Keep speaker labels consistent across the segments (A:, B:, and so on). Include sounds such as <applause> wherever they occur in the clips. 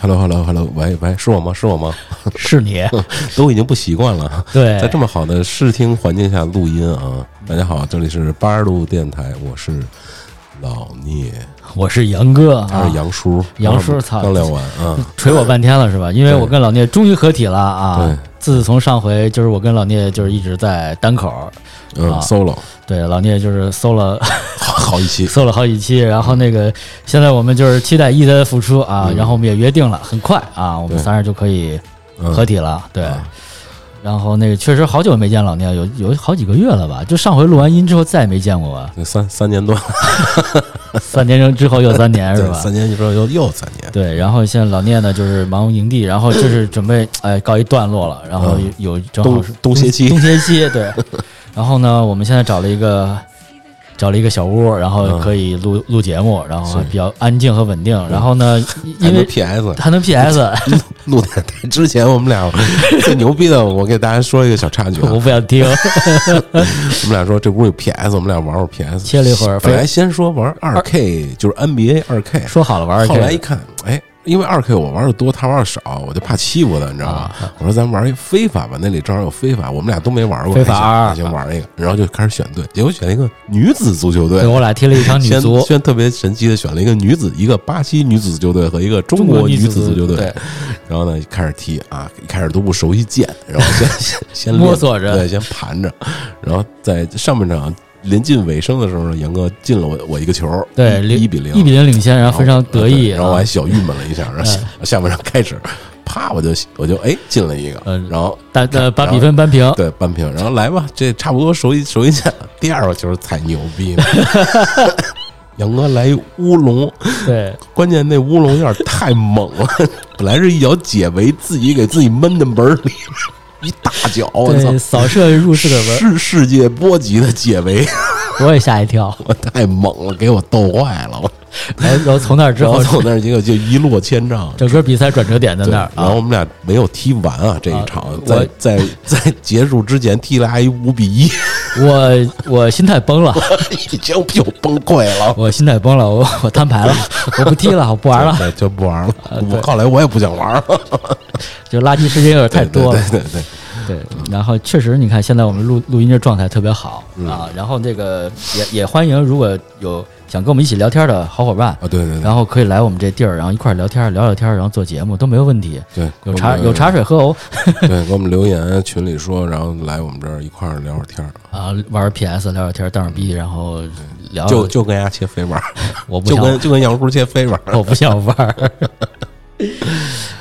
A: Hello，Hello，Hello，喂喂，是我吗？是我吗？ <laughs>
B: 是你，
A: 都已经不习惯了。
B: <laughs> 对，
A: 在这么好的视听环境下录音啊！大家好，这里是八十路电台，我是老聂，
B: 我是杨哥，
A: 他是杨叔，
B: 啊杨叔
A: 刚
B: 操
A: 刚聊完啊，
B: <laughs> 锤我半天了是吧？因为
A: 对
B: 我跟老聂终于合体了啊
A: 对！
B: 自从上回就是我跟老聂就是一直在单口，
A: 嗯
B: 啊
A: ，solo，
B: 对老聂就是搜了
A: 好好一期，
B: <laughs> 搜了好几期，然后那个现在我们就是期待一再的复出啊，然后我们也约定了，很快啊，我们
A: 嗯对
B: 三人就可以
A: 嗯
B: 合体了，对
A: 啊。？
B: 然后那个确实好久没见老聂，有有好几个月了吧？就上回录完音之后再也没见过吧
A: 这三三年多，
B: 三年之后又三年是
A: 对，<laughs>
B: 吧？
A: 三年一说又又三年，
B: 对，然后现在老聂呢，就是忙营地，然后就是准备哎告一段落了，然后
A: 嗯
B: 有正好
A: 冬
B: 是嗯
A: 冬歇期
B: 冬，歇期，对。然后呢，我们现在找了一个找了一个小屋，然后
A: 嗯
B: 可以录、录节目，然后还
A: 是嗯
B: 比较安静和稳定。然后呢，因为 <laughs>
A: PS
B: 还能 PS，
A: 录电台之前，我们俩 <laughs> 最牛逼的，我给大家说一个小插曲啊，
B: <laughs> 我不
A: <laughs>
B: 想听。
A: 我们俩说这屋有 PS，我们俩玩会儿 PS，
B: 切了一会儿
A: 本来先说玩二 K，就是 NBA 二 K，
B: 说好了玩儿
A: 后来一
B: 这个，
A: 看，哎，因为二 K 我玩的多，他玩的少，我就怕欺负他，你知道吧？
B: 啊
A: 我说咱玩一非法吧，那里正好有非法，我们俩都没玩过，
B: 非法
A: 哎
B: 二
A: 行那行玩一个，然后就开始选队，结果选了一个女子足球队
B: 对。我俩踢了一场啊女
A: 先
B: 足，
A: 先特别神奇的选了一个女子，一个巴西女子足球队和一个中
B: 中
A: 国
B: 国
A: 女
B: 女子
A: 子足球队，
B: 足对
A: 然后呢开始踢啊，一开始都不熟悉剑，然后
B: <laughs>
A: 先先先练
B: 摸索着
A: 对，先盘着，然后在上半场临近尾声的时候呢，杨哥进了我我一个球，
B: 对
A: 一一比零，
B: 一比零领先，然后非常得
A: 对
B: 意。
A: 然后我还
B: 啊
A: 小郁闷了一下，然后下下半场开始，啪，我就我就哎进了一个
B: 嗯，
A: 然后
B: 但呃把
A: 然
B: 比
A: 后
B: 分扳平，
A: 对扳平，然后来吧，这差不多熟悉熟悉见了。第二个球才牛逼
B: <laughs>
A: 呢，杨哥来一乌龙，
B: 对
A: 关键那乌龙有点太猛了， <laughs> 本来是一脚解围，自己给自己闷在门里，一大脚，我操
B: 对，！扫射入室的门，
A: 是世界波级的解围，
B: 我也吓一跳。
A: 我太猛了，给我逗坏了。我
B: 然后然后从那儿之
A: 然
B: 后
A: 后，从那儿结果就一落千丈，
B: 整个比赛转折点在
A: 对，
B: 那儿
A: 然后
B: 啊
A: 我。们俩没有踢完啊，这一
B: 啊
A: 场在
B: 我
A: 在在结束之前踢了还一五比一，
B: 我我心态
A: <laughs>
B: 崩了，
A: 已经就崩溃了。
B: 我心态崩了，我我摊牌了，我不踢了，我不玩了，啊
A: 对，就不玩了。我后来我也不想玩了，
B: 就垃圾时间有点太多了。
A: 对对对啊对，
B: 对，然后确实，你看现在我们录录音的状态特别好
A: 嗯
B: 啊。然后这个也也欢迎，如果有想跟我们一起聊天的好伙伴，
A: 啊对对对
B: 然后可以来我们这地儿，然后一块儿聊天，聊聊天，然后做节目都没有问题。
A: 对，
B: 有
A: 给我们
B: 茶有茶，水喝哦，
A: <laughs> 对，给我们留言群里说，然后来我们这儿一块儿聊会儿天儿，
B: 啊，玩 PS 聊聊天，当上逼，然后聊
A: 就就跟人家切飞玩儿，
B: 啊我不
A: 就
B: 想
A: 跟就跟杨叔切飞玩儿。
B: <laughs> 我不想玩儿。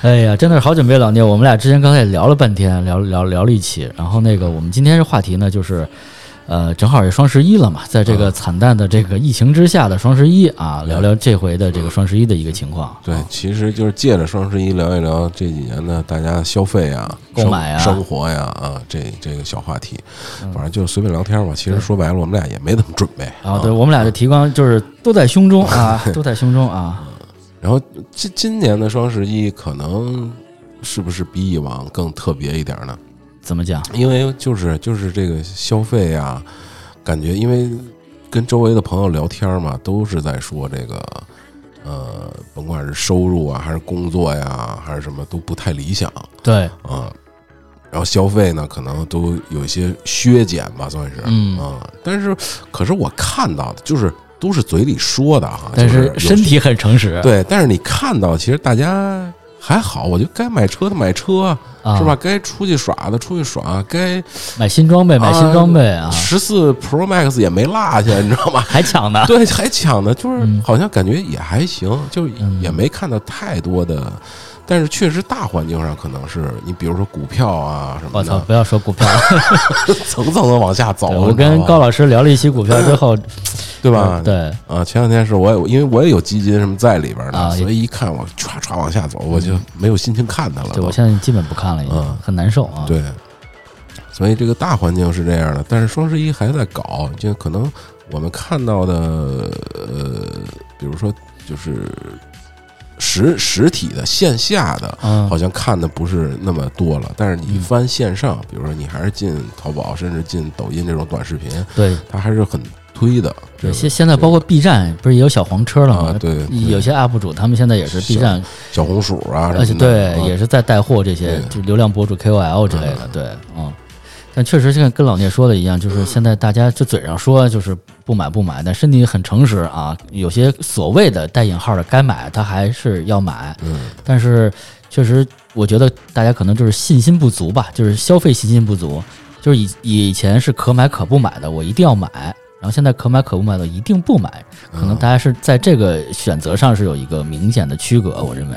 B: 哎呀，真的是好久没老聂，我们俩之前刚才也聊了半天，聊聊聊了一起。然后那个，我们今天这话题呢，就是，呃，正好也双十一了嘛，在这个惨淡的这个疫情之下的双十一啊，聊聊这回的这个双十一的一个情况。
A: 对，其实就是借着双十一聊一聊这几年的大家消费啊、
B: 购买啊嗯
A: 生生活呀啊这这个小话题，反正就随便聊天吧。其实说白了，我们俩也没怎么准备
B: 啊，对我们俩的提纲就是都在胸中 <laughs> 啊，都在胸中啊。
A: 然后今今年的双十一可能是不是比以往更特别一点呢？
B: 怎么讲？
A: 因为就是就是这个消费啊，感觉因为跟周围的朋友聊天嘛，都是在说这个，呃，甭管是收入啊，还是工作呀，还是什么，都不太理想。
B: 对，
A: 啊，然后消费呢，可能都有一些削减吧，算是，
B: 嗯
A: 啊，但是可是我看到的就是都是嘴里说的哈，
B: 但
A: 就是有
B: 身体很诚实，
A: 对，但是你看到其实大家还好，我觉得该买车的买车，
B: 啊
A: 是吧？？该出去耍的出去耍，该
B: 买新装备，买新装备啊，
A: 十四 Pro Max 也没落下，你知道吗？ <laughs>
B: 还抢呢。
A: 对，还抢呢，就是
B: 嗯
A: 好像感觉也还行，就是也没看到太多的，但是确实大环境上可能是你比如说股票啊什么
B: 我操！
A: 的，
B: 不要说股票了。
A: <laughs> 层层的往下走
B: 对， <laughs> 我跟高
A: 老
B: 老师聊了一期股票之 <laughs> 后，
A: 对吧？
B: 嗯对，
A: 啊，前两天是我也因为我也有基金什么在里边呢，
B: 啊也嗯
A: 所以一看我歘歘往下走，我就没有心情看它了
B: 对
A: 都。
B: 我现在基本不看了，已经
A: 嗯
B: 很难受啊。
A: 对，所以这个大环境是这样的，但是双十一还在搞，就可能我们看到的呃，比如说就是实实体的线下的。
B: 嗯，
A: 好像看的不是那么多了，但是你一
B: 嗯
A: 翻线上，比如说你还是进淘宝，甚至进抖音这种短视频，
B: 对
A: 它还是很推的。这个
B: 现现在包括 B 站不是也有小黄车了吗？
A: 啊对对
B: 有些 UP 主他们现在也是 B
A: 小
B: 站，
A: 小红薯啊什么的，
B: 而且对
A: 啊
B: 也是在带货这些
A: 对
B: 就流量博主 KOL 之类的，对嗯。但确实，现在跟老聂说的一样，
A: 嗯
B: 就是现在大家就嘴上说就是不买不买，但身体很诚实啊。有些所谓的带引号的该买，他还是要买。
A: 嗯，
B: 但是确实，我觉得大家可能就是信心不足吧，就是消费信心不足，就是以以前是可买可不买的，我一定要买，然后现在可买可不买的一定不买，可
A: 嗯
B: 能大家是在这个选择上是有一个明显的区隔，我认为。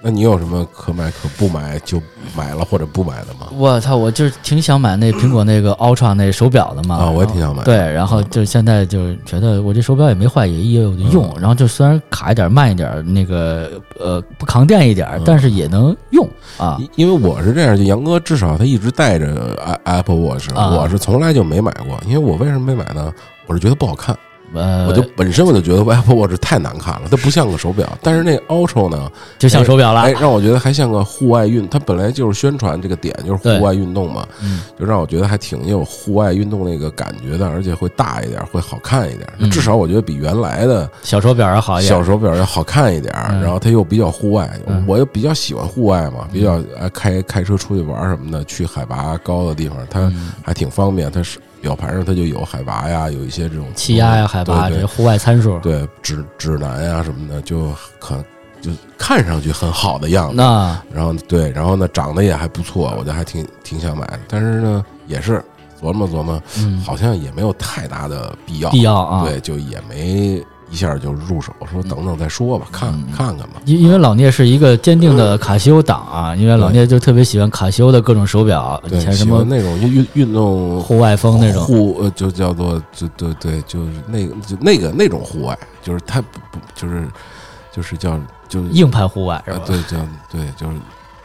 A: 那你有什么可买可不买就买了或者不买的吗？
B: 我操，我就是挺想买那苹果那个 Ultra 那手表的嘛，
A: 啊，我也挺
B: 然后。
A: 想买的。
B: 对，然后就现在就是觉得我这手表也没坏，也也有的用。
A: 嗯
B: 然后就虽然卡一点、慢一点，那个呃不扛电一点
A: 嗯，
B: 但是也能用啊。
A: 因因为我是这样，就杨哥至少他一直带着 i- Apple Watch，、
B: 啊
A: 我是从来就没买过。因为我为什么没买呢？我是觉得不好看，
B: 呃，
A: 我就本身我就觉得 Apple Watch 太难看了，它不像个手
B: <laughs>
A: 表。但是那 Ultra 呢，
B: 就像手表了
A: 哎，。让我觉得还像个户外运，它本来就是宣传这个点就是户外运动嘛，
B: 嗯，
A: 就让我觉得还挺有户外运动那个感觉的，而且会大一点，会好看一点。
B: 嗯
A: 至少我觉得比原来的
B: 小手表要好一点。
A: 小手表要好看一点儿，
B: 哎嗯
A: 然后它又比较户外，
B: 嗯
A: 我又比较喜欢户外嘛，比较爱开开车出去玩儿什么的，去海拔高的地方，它
B: 嗯
A: 还挺方便。它是表盘上它就有海拔呀，有一些这种
B: 气压呀、海拔这
A: 对
B: 些户外参数。
A: 对对指指南呀什么的，就很就看上去很好的样子。
B: 那
A: 然后对，然后呢长得也还不错，我觉得还挺挺想买的，但是呢也是琢磨琢磨，
B: 嗯，
A: 好像也没有太大的必要，
B: 必要啊。
A: 对，就也没一下就入手，说等等再说吧，看
B: 嗯
A: 看看吧。
B: 因因为老聂是一个坚定的卡西欧党啊，因为老聂就特别喜欢卡西欧的各种手表，以
A: 对，
B: 前
A: 喜
B: 什
A: 欢
B: 么
A: 那种运运运动
B: 户外风那种，
A: 户呃就叫做就对对，就是那个就那个那种户外，就是它不不就是就是叫就是
B: 硬派户外是
A: 啊
B: 吧？
A: 对叫对就是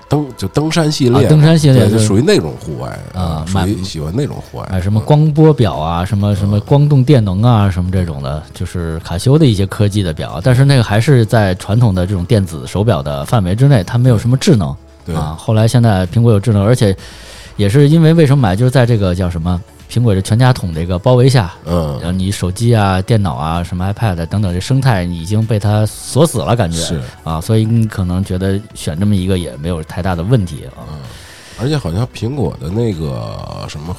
A: 登就登山系列
B: 啊
A: 嘛，
B: 登山系列
A: 对就
B: 就是
A: 属于那种户外
B: 啊
A: 属
B: 买
A: 于喜欢那种户外
B: 哎，什么
A: 嗯
B: 光波表啊，什么什么光动电能啊，什么这种的，就是卡西欧的一些科技的表，啊但是那个还是在传统的这种电子手表的范围之内，它没有什么智能。
A: 对
B: 啊，后来现在苹果有智能，而且也是因为为什么买，就是在这个叫什么苹果这全家桶这个包围下，
A: 嗯
B: 然后你手机啊、电脑啊、什么 iPad 等等这生态已经被它锁死了，感觉
A: 是，
B: 啊，所以你可能觉得选这么一个也没有太大的问题
A: 嗯
B: 啊。
A: 而且好像苹果的那个什么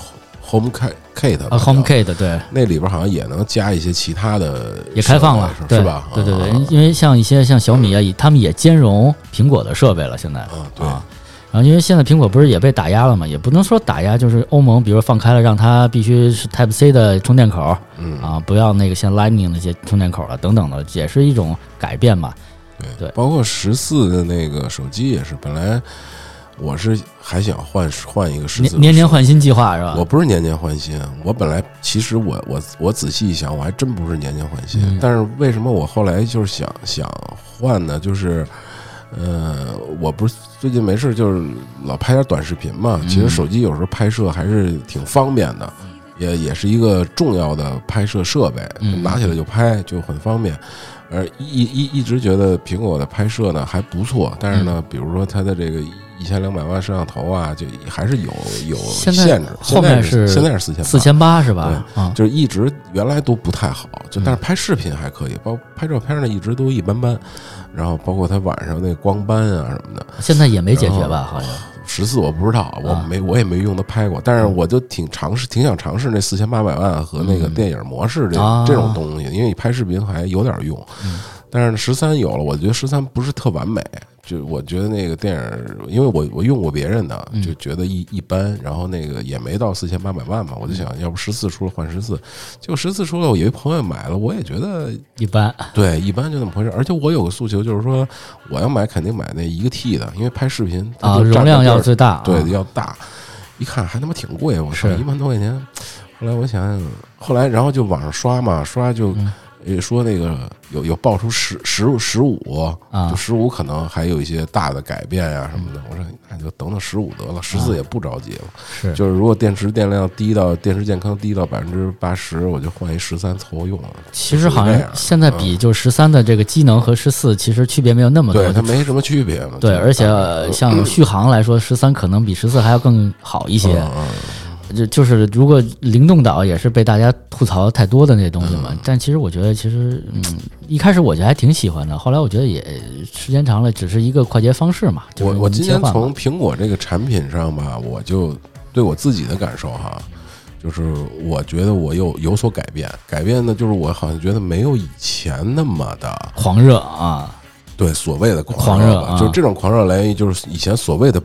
A: Home Kit 吧叫
B: 啊，HomeKit 对，
A: 那里边好像也能加一些其他的设备，
B: 也开放了，
A: 是
B: 对
A: 是吧？
B: 对对对
A: 啊，
B: 因为像一些像小米啊，以他们也兼容苹果的设备了，现在
A: 啊对
B: 啊。然后，因为现在苹果不是也被打压了嘛，也不能说打压，就是欧盟，比如放开了，让它必须是 Type C 的充电口，
A: 嗯
B: 啊，不要那个像 Lightning 那些充电口了，等等的，也是一种改变嘛。对
A: 包括十四的那个手机也是，本来我是还想换换一个十四，
B: 年年年换新计划是吧？
A: 我不是年年换新，啊我本来其实我我我仔细一想，我还真不是年年换新。
B: 嗯
A: 但是为什么我后来就是想想换呢？就是，呃，我不是最近没事就是老拍点短视频嘛。
B: 嗯
A: 其实手机有时候拍摄还是挺方便的，也也是一个重要的拍摄设备，
B: 嗯
A: 拿起来就拍就很方便。而一一一直觉得苹果的拍摄呢还不错，但是呢，
B: 嗯
A: 比如说它的这个一千两百万摄像头啊，就还是有有
B: 现在
A: 限制。
B: 后面是
A: 现在是四千
B: 四，千八是吧？啊，
A: 就是一直原来都不太好，就
B: 嗯
A: 但是拍视频还可以，包拍照片呢一直都一般般，然后包括它晚上那光斑啊什么的，
B: 现在也没解决
A: 然
B: 吧？
A: 后
B: 好像
A: 十四我不知道，我
B: 啊嗯
A: 没我也没用它拍过，但是我就挺尝试，挺想尝试那四千八百万啊和那个电影模式这、
B: 嗯啊嗯
A: 这种东西，因为你拍视频还有点用。但是十三有了，我觉得十三不是特完美，就我觉得那个电影，因为我我用过别人的，
B: 嗯
A: 就觉得一一般，然后那个也没到四千八百万嘛，我就想要不十四出了换十四，结果十四出了，我有一朋友买了，我也觉
B: <laughs>
A: 得
B: 一般。
A: 对，一般就那么回事儿。而且我有个诉求，就是说我要买肯定买那一个 T 的，因为拍视频它
B: 啊，
A: 就占
B: 容量
A: 个地儿
B: 要最大。啊
A: 对，要大。一看还他妈挺贵，我操，
B: 是
A: 一万多块钱。后来我想想，后来然后就网上刷嘛，刷就
B: 嗯
A: 也说那个有有爆出十十十五
B: 啊嗯
A: 就十五可能还有一些大的改变呀、什么的。我说那就等等十五得了，十四也不着急了。
B: 啊是
A: 就是如果电池电量低到电池健康低到百分之八十，我就换一十三凑合用了。
B: 其实好
A: 就
B: 像
A: 是这样嗯
B: 现在比就十三的这个机能和十四其实区别没有那么多
A: 对，。它没什么区别嘛。
B: 对，
A: 就是
B: 而且
A: 大概嗯
B: 呃像续航来说，十三可能比十四还要更好一些
A: 嗯嗯
B: 就就是如果灵动岛也是被大家吐槽太多的那东西嘛，
A: 嗯
B: 但其实我觉得其实嗯，一开始我觉得还挺喜欢的，后来我觉得也时间长了，只是一个快捷方式嘛。就
A: 我
B: 是
A: 我
B: 你
A: 今
B: 切
A: 天
B: 换嘛
A: 从苹果这个产品上吧，我就对我自己的感受哈，就是我觉得我有有所改变，改变呢就是我好像觉得没有以前那么的
B: 狂热啊，
A: 对所谓的
B: 狂
A: 热
B: 热
A: 吧，
B: 啊
A: 就这种狂热来源于就是以前所谓的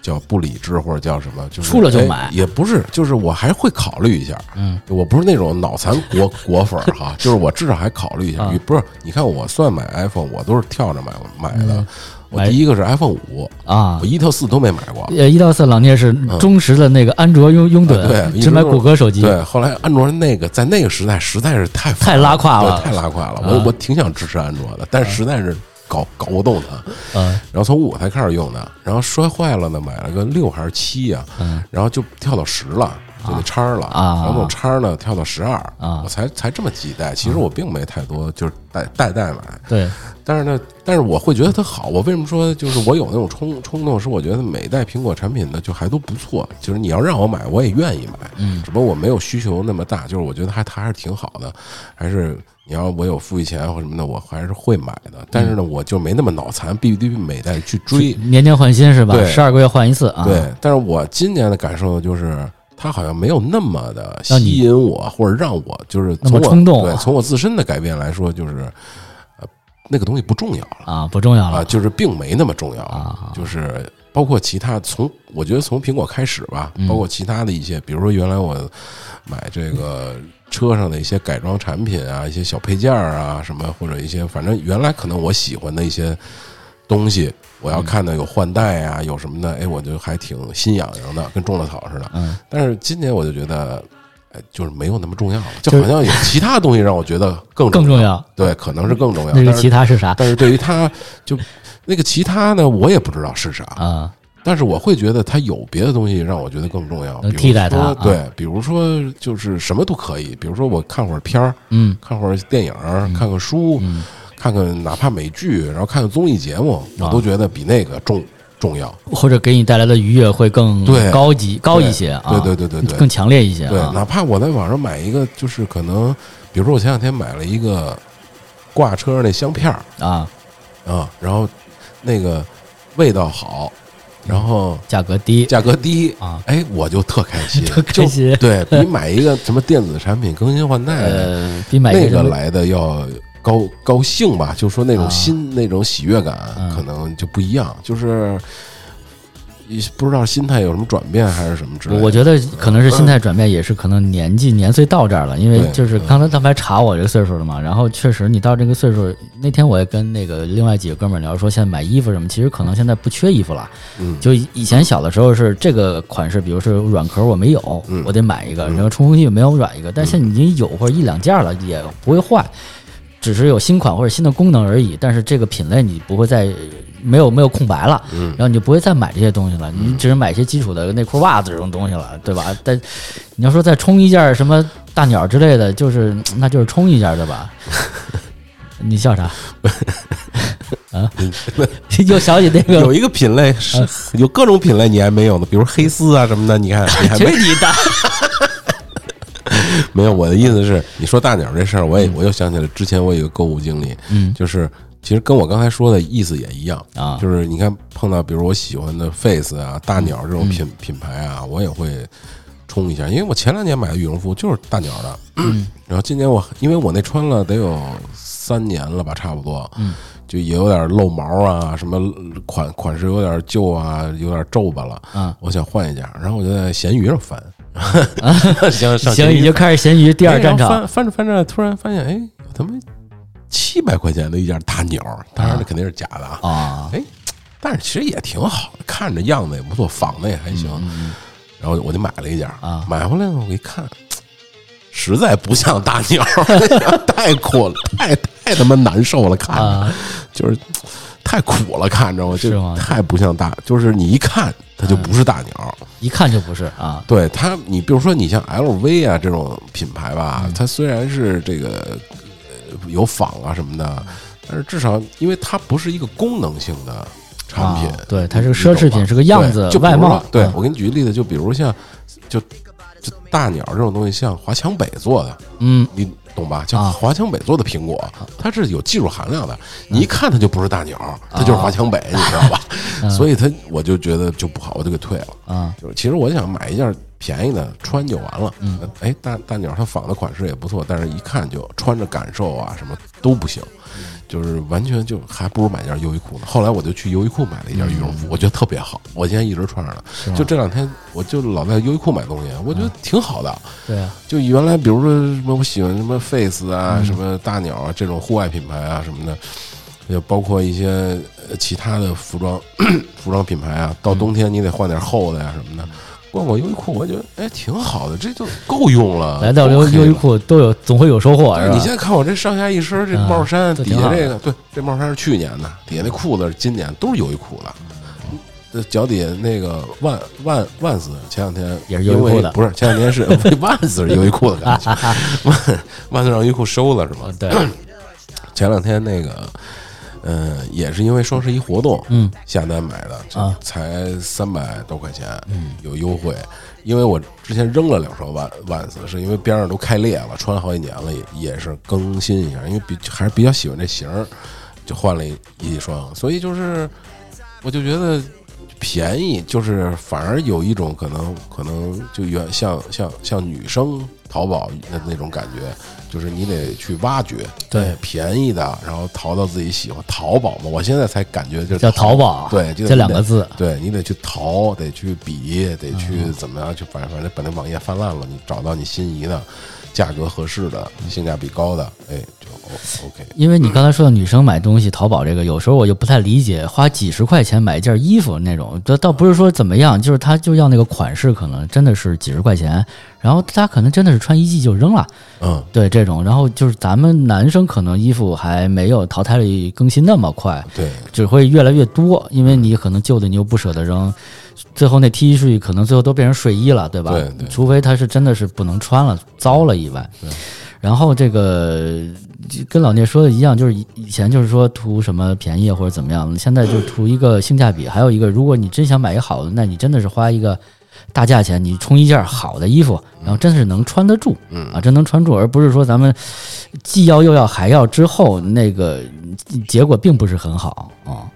A: 叫不理智或者叫什么，就是
B: 出了就
A: 哎
B: 买
A: 也不是，就是我还会考虑一下，
B: 嗯，
A: 我不是那种脑残
B: <laughs>
A: 果果粉儿哈，就是我至少还考虑一下
B: 啊，
A: 不是，你看我算买 iPhone，我都是跳着买买的
B: 嗯，
A: 我
B: 买
A: 第一个是 iPhone 五，
B: 啊
A: 我，一到四都没买过。
B: 呃，一到四老聂是忠实的那个安卓拥拥
A: 啊对
B: 趸，
A: 一
B: 只
A: 直
B: 买
A: 都
B: 谷歌手机，
A: 对，后来安卓那个在那个时代实在是太
B: 太拉胯了嗯
A: 对太拉胯了。我
B: 啊
A: 我挺想支持安卓的，但实在是搞搞不动它。
B: 嗯
A: 然后从五才开始用的，然后摔坏了呢，买了个六还是七呀、
B: 嗯
A: 然后就跳到十了，就那叉儿了，
B: 啊
A: 然后那种叉儿呢跳到十二
B: 啊
A: 我才才这么几代，其实我并没太多就是代代代买，
B: 对，
A: 但是呢，但是我会觉得它好。我为什么说就是我有那种冲冲动？是我觉得每一代苹果产品呢，就还都不错。就是你要让我买，我也愿意买。
B: 嗯
A: 只不过我没有需求那么大，就是我觉得还它还是挺好的。还是你要我有付一钱或什么的，我还是会买的。但是呢，我就没那么脑残，必须得每代去追。
B: 年年换新是吧？
A: 对
B: 十二个月换一次啊，
A: 对，但是我今年的感受就是，它好像没有那么的
B: 让你
A: 吸引我，或者让我就是
B: 那
A: 从
B: 么
A: 我
B: 冲动啊
A: 对，从我自身的改变来说，就是呃，那个东西不重要了。
B: 啊，不重要
A: 啊，
B: 了
A: 就是并没那么重要，
B: 啊
A: 就是包括其他从我觉得从苹果开始吧，包
B: 嗯
A: 括其他的一些，比如说原来我买这个车上的一些改装产品啊，一些小配件儿啊什么，或者一些反正原来可能我喜欢的一些东西，我
B: 嗯
A: 要看到有换代啊，有什么的，哎，我就还挺心痒痒的，跟中了草似的。
B: 嗯，
A: 但是今年我就觉得。哎就是没有那么重要了，就
B: 就是
A: 好像有其他东西让我觉得更
B: 更重要。
A: 对，可能是更重要。
B: 那
A: 但
B: 个
A: 是
B: 其他是啥
A: 但是对于它，就那个其他呢，我也不知道是啥，
B: 啊？
A: 但是我会觉得它有别的东西让我觉得更重要，比
B: 能
A: 如
B: 替代它
A: 说
B: 啊
A: 对，比如说就是什么都可以，比如说我看会儿片儿，
B: 嗯
A: 看会儿电影儿，看看书，
B: 嗯，
A: 看看哪怕美剧，然后看看综艺节目，我
B: 啊
A: 都觉得比那个重重要。
B: 或者给你带来的愉悦会更
A: 对
B: 高级高一些啊，
A: 对对对对对
B: 更强烈一些
A: 对，
B: 啊。
A: 哪怕我在网上买一个，就是可能，比如说我前两天买了一个挂车上那香片儿，
B: 啊，
A: 啊，然后那个味道好，然后
B: 价格低
A: 价格低
B: 啊，
A: 哎，我就特开心，
B: <laughs> 特开心
A: 就对比买一个什么电子产品更新换代的、
B: 呃，比买一
A: 那
B: 什
A: 个
B: 么
A: 来的要高高兴吧，就说那种
B: 啊
A: 新、那种喜悦感
B: 嗯
A: 可能就不一样，就是也不知道心态有什么转变还是什么之类
B: 我
A: 的。嗯
B: 我觉得可能是心态转变，也是可能年纪年岁到这儿了，因为
A: 对
B: 就是刚才他们还查我这个岁数了嘛，然后确实你到这个岁数，那天我也跟那个另外几个哥们儿聊说，现在买衣服什么，其实可能现在不缺衣服了，
A: 嗯
B: 就以前小的时候是这个款式，比如说软壳我没有，
A: 嗯
B: 我得买一个，
A: 嗯
B: 然后冲锋衣没有软一个，但现在已经有或者一两件了，也不会坏，只是有新款或者新的功能而已，但是这个品类你不会再没有没有空白了，
A: 嗯
B: 然后你就不会再买这些东西了，你只是买一些基础的内裤、袜子这种东西了，对吧？但你要说再冲一件什么大鸟之类的，就是那就是冲一件，对吧？ <laughs> 你笑啥？ <laughs> 啊，又想起那个
A: <laughs> 有一个品类
B: <laughs>
A: 是有各种品类你还没有呢，比如黑丝啊什么的，你看你还没
B: <laughs> 去你的！
A: <laughs> 没有，我的意思是，你说大鸟这事儿，我也我又想起来之前我有一个购物经历，
B: 嗯
A: 就是其实跟我刚才说的意思也一样
B: 啊
A: 就是你看碰到比如我喜欢的 Face 啊、大鸟这
B: 嗯
A: 种品、品牌啊，我也会冲一下，因为我前两年买的羽绒服就是大鸟的，
B: 嗯
A: <clears throat> 然后今年我因为我那穿了得有三年了吧，差不多，嗯，就也有点漏毛啊，什么款款式有点旧啊，有点皱巴了，
B: 啊，
A: 我想换一件，然后我就在闲鱼上翻， <laughs> 行上
B: 行，
A: 闲鱼
B: 已经开始咸鱼第
A: 哎
B: 二
A: 然
B: 战
A: 后
B: 场
A: 翻翻着翻着，突然发现，哎，有他妈七百块钱的一件大鸟，当然那肯定是假的啊。
B: 啊，
A: 哎，但是其实也挺好的，看着样子也不错，仿的也还行。然后我就买了一件
B: 嗯啊
A: 买回来呢，我一看，实在不像大鸟， <laughs> 哎太苦了，太太他妈难受了，看着、
B: 啊
A: 就是太苦了，看着我
B: 是
A: 就
B: 吗
A: 太不像大，就是你一看它就不是大鸟。
B: 一看就不是啊，
A: 对它，你比如说你像 LV 啊这种品牌吧，
B: 嗯
A: 它虽然是这个呃有仿啊什么的，
B: 嗯
A: 但是至少因为它不是一个功能性的产品，
B: 啊对它是个
A: 你懂
B: 奢侈
A: 吧
B: 品是个样子
A: 对就比
B: 外
A: 如说
B: 貌
A: 对
B: 嗯
A: 我给你举个例子，就比如像就就大鸟这种东西，像华强北做的，
B: 嗯，
A: 你懂吧？像
B: 啊
A: 华强北做的苹果，它是有技术含量的。
B: 嗯
A: 你一看它就不是大鸟，它
B: 啊
A: 就是华强北，你知
B: <laughs>
A: 道
B: 嗯
A: 吧？所以它我就觉得就不好，我就给退了。
B: 啊，
A: 就是其实我想买一件便宜的穿就完了。嗯，哎，大大鸟它仿的款式也不错，但是一看就穿着感受啊什么都不行，就是完全就还不如买件优衣库呢。后来我就去优衣库买了一件羽绒服，我觉得特别好，我现在一直穿着呢。就这两天我就老在优衣库买东西，我觉得挺好的。
B: 对啊，
A: 就原来比如说什么我喜欢什么 Face
B: 嗯
A: 啊、什么大鸟啊这种户外品牌啊什么的，也包括一些呃其他的服装 <coughs> 服装品牌啊，
B: 嗯
A: 到冬天你得换点厚的呀、什么的。逛逛优衣库，我觉得哎挺好的，这就够用了。
B: 来到优
A: OK
B: 优衣
A: 了，
B: 库都有总会有收获，
A: 但是
B: 是吧？
A: 你现在看我这上下一身这帽衫，
B: 嗯这
A: 底
B: 挺好
A: 下
B: 的
A: 这个对，这帽衫是去年的，底下那裤子是今年，都是优衣库的。呃脚底下那个万万万斯，前两天
B: 也是优衣库的
A: 因为不是前两天是 <laughs> 万斯是优衣库的感觉，万万斯让优衣库收了是吗？
B: 对，
A: 前两天那个，嗯、也是因为双十一活动，
B: 嗯，
A: 下单买的，这
B: 啊
A: 才三百多块钱，嗯，有优惠。因为我之前扔了两双万万斯，是因为边上都开裂了，穿了好几年了，也也是更新一下，因为比还是比较喜欢这型儿，就换了一一双，所以就是我就觉得。便宜就是反而有一种可能，可能就原像像像女生淘宝的那种感觉，就是你得去挖掘，
B: 对
A: 哎便宜的，然后淘到自己喜欢。淘宝嘛，我现在才感觉就是
B: 叫淘宝，啊
A: 对，就
B: 这两个
A: 你得
B: 字，嗯
A: 对你得去淘，得去比，得去怎么样去，反反正把那网页翻烂了，你找到你心仪的，价格合适的，性价比高的，哎，就 O OK。
B: 因为你刚才说到女生买东西，淘宝这个，有时候我就不太理解，花几十块钱买一件衣服那种，这倒不是说怎么样，就是他就要那个款式，可能真的是几十块钱，然后他可能真的是穿一季就扔了，
A: 嗯，
B: 对这种，然后就是咱们男生可能衣服还没有淘汰率更新那么快，
A: 对，
B: 只会越来越多，因为你可能旧的你又不舍得扔，最后那 T 恤可能最后都变成睡衣了，对吧？
A: 对对
B: 除非它是真的是不能穿了、糟了以外。然后这个就跟老聂说的一样，就是以以前就是说图什么便宜或者怎么样，现在就图一个性价比。还有一个，如果你真想买一个好的，那你真的是花一个大价钱，你冲一件好的衣服，然后真是能穿得住，啊，真能穿住，而不是说咱们既要又要还要之后那个结果并不是很好啊。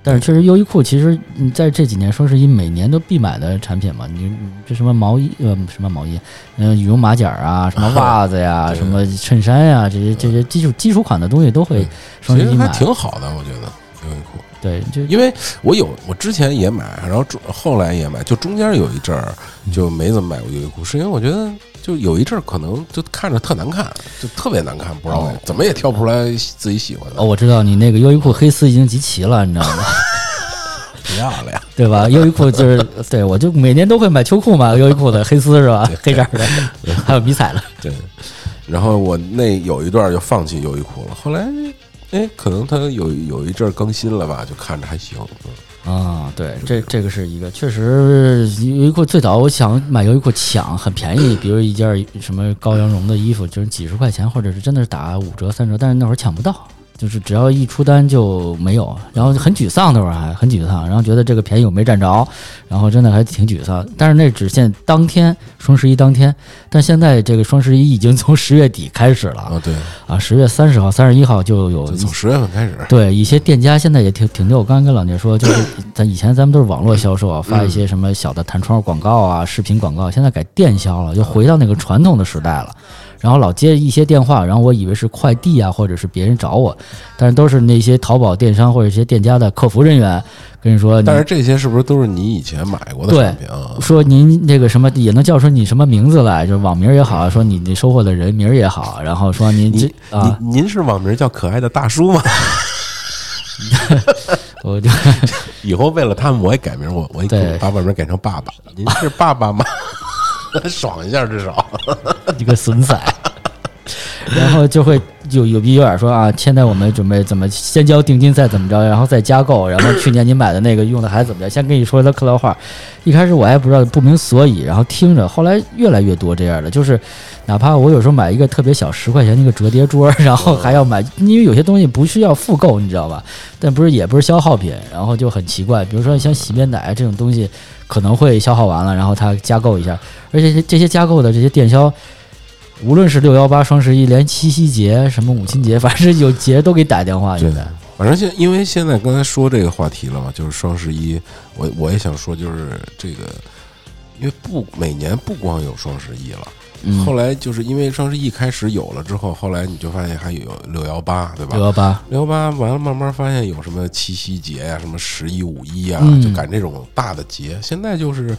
B: 但是确实，优衣库其实嗯在这几年双十一每年都必买的产品嘛，你你这什么毛衣呃什么毛衣，嗯、羽绒马甲啊，什么袜子呀、
A: 对
B: 什么衬衫呀、这些这些基础基础款的东西都会
A: 对
B: 双
A: 其
B: 十
A: 实
B: 一
A: 还
B: 买。
A: 挺好的，我觉得嗯优衣库。
B: 对，就
A: 因为我有，我之前也买，然后中后来也买，就中间有一阵儿就没怎么买过优衣库，是因为我觉得就有一阵儿可能就看着特难看，就特别难看，不知道为怎么也挑不出来自己喜欢的
B: 哦哦，。我知道你那个优衣库黑丝已经集齐了，你知道
A: <laughs>
B: 吗？
A: 漂亮，
B: 对吧？优衣库就是对我就每年都会买秋裤嘛，优衣库的黑丝是吧？黑色的，
A: <laughs>
B: 还有迷彩的。
A: 对。嗯然后我那有一段儿就放弃优衣库了，后来哎，可能它有有一阵儿更新了吧，就看着还行。嗯
B: 啊、对，这这个是一个，确实优衣库最早我想买优衣库抢很便宜，比如一件什么高羊绒的衣服，就是几十块钱，或者是真的是打五折三折，但是那会儿抢不到，就是只要一出单就没有，然后很沮丧，那会儿还很沮丧，然后觉得这个便宜我没占着，然后真的还挺沮丧。但是那只限当天双十一当天，但现在这个双十一已经从十月底开始了
A: 啊，对，
B: 啊，十月三十号、三十一号就有
A: 就
B: 一
A: 从十月份开始，
B: 对，一些店家现在也挺挺溜。我刚刚跟老聂说，就是
A: <coughs>
B: 咱以前咱们都是网络销售啊，发一些什么小的弹窗广告啊、视频广告，现在改电销了，就回到那个传统的时代了。然后老接一些电话，然后我以为是快递啊，或者是别人找我，但是都是那些淘宝电商或者一些店家的客服人员跟你说，你
A: 但是这些是不是都是你以前买过的
B: 对
A: 产品啊？
B: 说您那个什么也能叫出你什么名字来，就是网名也好，说你你收货的人名也好，然后说您这
A: 您
B: 啊，
A: 您您是网名叫可爱的大叔吗？
B: 我就。
A: 以后为了他们，我也改名，我我
B: 对
A: 也把本名改成爸爸。您是爸爸吗？ <laughs> 爽一下至少。
B: 一个损仔。 <laughs> 然后就会有有逼有眼说啊，现在我们准备怎么先交定金，再怎么着，然后再加购，然后去年您买的那个用的还怎么样？先跟你说了客套话，一开始我还不知道不明所以，然后听着，后来越来越多这样的，就是哪怕我有时候买一个特别小十块钱的一个折叠桌，然后还要买，因为有些东西不需要复购，你知道吧？但不是也不是消耗品，然后就很奇怪，比如说像洗面奶这种东西，可能会消耗完了，然后他加购一下。而且这些加购的这些电销，无论是六幺八、双十一，连七夕节、什么母亲节，反正有节都给打电话。
A: 对
B: 现在，
A: 反正现因为现在刚才说这个话题了嘛，就是双十一，我我也想说，就是这个，因为不每年不光有双十一了，
B: 嗯
A: 后，来就是因为双十一开始有了之后，后来你就发现还有六幺八，对吧
B: 六？幺八，
A: 六幺八完了，慢慢发现有什么七夕节呀、什么十一、五一呀、
B: 嗯
A: 就赶这种大的节。现在就是，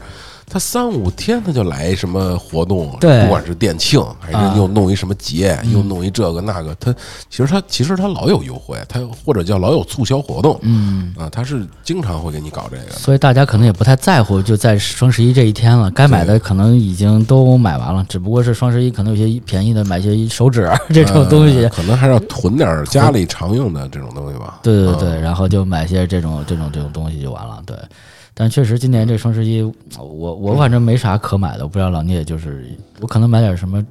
A: 他三五天他就来什么活动，
B: 对
A: 不管是店庆还
B: 啊
A: 是又弄一什么节，
B: 嗯
A: 又弄一这个那个，他其实他其实他老有优惠，他或者叫老有促销活动
B: 嗯。
A: 啊，他是经常会给你搞这个的。
B: 所以大家可能也不太在乎，就在双十一这一天了，该买的可能已经都买完了，只不过是双十一可能有些便宜的，买些手指这种东西，
A: 呃可能还是要囤点儿家里常用的这种东西吧。
B: 对对
A: 嗯
B: 对，然后就买些这种这种这种东西就完了。对，但确实今年这双十一，我我反正没啥可买的，我不知道老聂就是我可能买点什么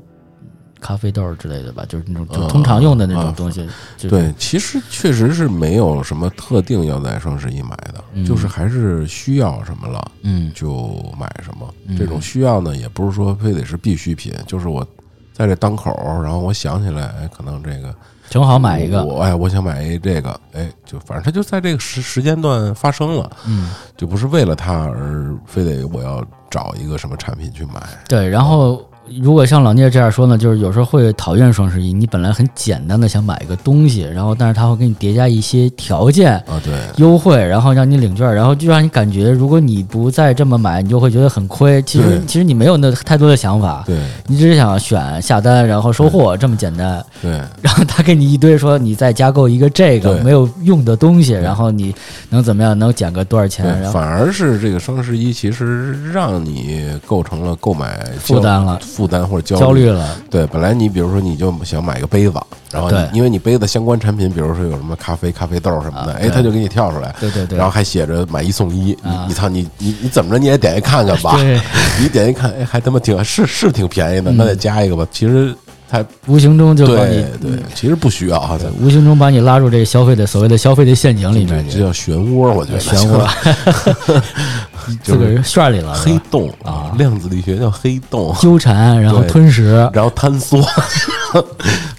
B: 咖啡豆之类的吧，就是那种就
A: 嗯
B: 通常用的那种
A: 嗯
B: 东西。就，
A: 对，其实确实是没有什么特定要在双十一买的，
B: 嗯
A: 就是还是需要什么了
B: 嗯
A: 就买什么
B: 嗯。
A: 这种需要呢，也不是说非得是必需品，就是我在这当口儿，然后我想起来，哎，可能这个
B: 正好买一个，
A: 我哎，我想买一这个，哎，就反正它就在这个时时间段发生了，
B: 嗯，
A: 就不是为了它而非得我要找一个什么产品去买。
B: 对，然后。如果像老聂这样说呢，就是有时候会讨厌双十一。你本来很简单的想买一个东西，然后但是他会给你叠加一些条件，
A: 啊，对，
B: 优惠，然后让你领券儿，然后就让你感觉，如果你不再这么买，你就会觉得很亏。其实
A: 对
B: 其实你没有那太多的想法，
A: 对，
B: 你只是想选下单，然后收货这么简单。
A: 对，
B: 然后他给你一堆说你再加购一个这个
A: 对
B: 没有用的东西，然后你能怎么样？能减个多少钱？然
A: 对，
B: 后
A: 反而是这个双十一，其实让你构成了购买焦
B: 负担了
A: 负担或者焦
B: 焦虑了，
A: 对，本来你比如说你就想买个杯子，然后你
B: 对
A: 因为你杯子相关产品，比如说有什么咖啡、咖啡豆什么的，
B: 啊
A: 哎，
B: 对
A: 他就给你跳出来。
B: 对对对，
A: 然后还写着买一送一，你
B: 啊
A: 你操你你你怎么着你也点一看看吧，
B: 对，
A: 你点一看，哎，还他妈挺是是挺便宜的，那
B: 嗯
A: 再加一个吧。其实它
B: 无形中就把你
A: 对对，其实不需要啊，它
B: 无形中把你拉入这个消费的所谓的消费的陷阱里面
A: 这
B: 去，
A: 叫漩涡，我觉得
B: 漩涡，
A: 就
B: 自个
A: 是
B: 儿旋里了，
A: <laughs>
B: 是
A: 黑
B: 吧
A: 洞
B: 啊
A: 量子力学叫黑洞，
B: 纠缠，然后
A: 对
B: 吞食。
A: 然后坍
B: <laughs>
A: 缩，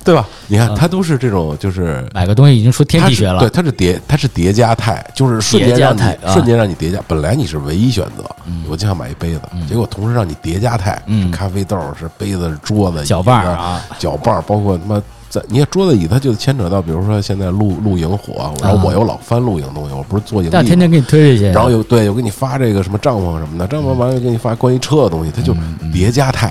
A: 对吧？你
B: 啊
A: 看，它都是这种，就是
B: 买个东西已经出天
A: 它
B: 地
A: 是
B: 学了，
A: 对，它是叠，它是叠加态，就是瞬间让你
B: 叠加态啊
A: 瞬间让你叠加。本来你是唯一选择，我就想买一杯子，结果同时让你叠加态，
B: 嗯
A: 是咖啡豆是杯子是桌子
B: 搅拌儿
A: 椅子
B: 啊
A: 搅拌儿包括他妈。在你看桌子椅，它就牵扯到，比如说现在露露营火，然后我又老翻露营东西，我不是做营地
B: 啊但天
A: 吗
B: 天给你嗯推这些，
A: 然后有对有给你发这个什么帐篷什么的，帐篷完了又给你发关于车的东西，它就
B: 嗯
A: 叠加态，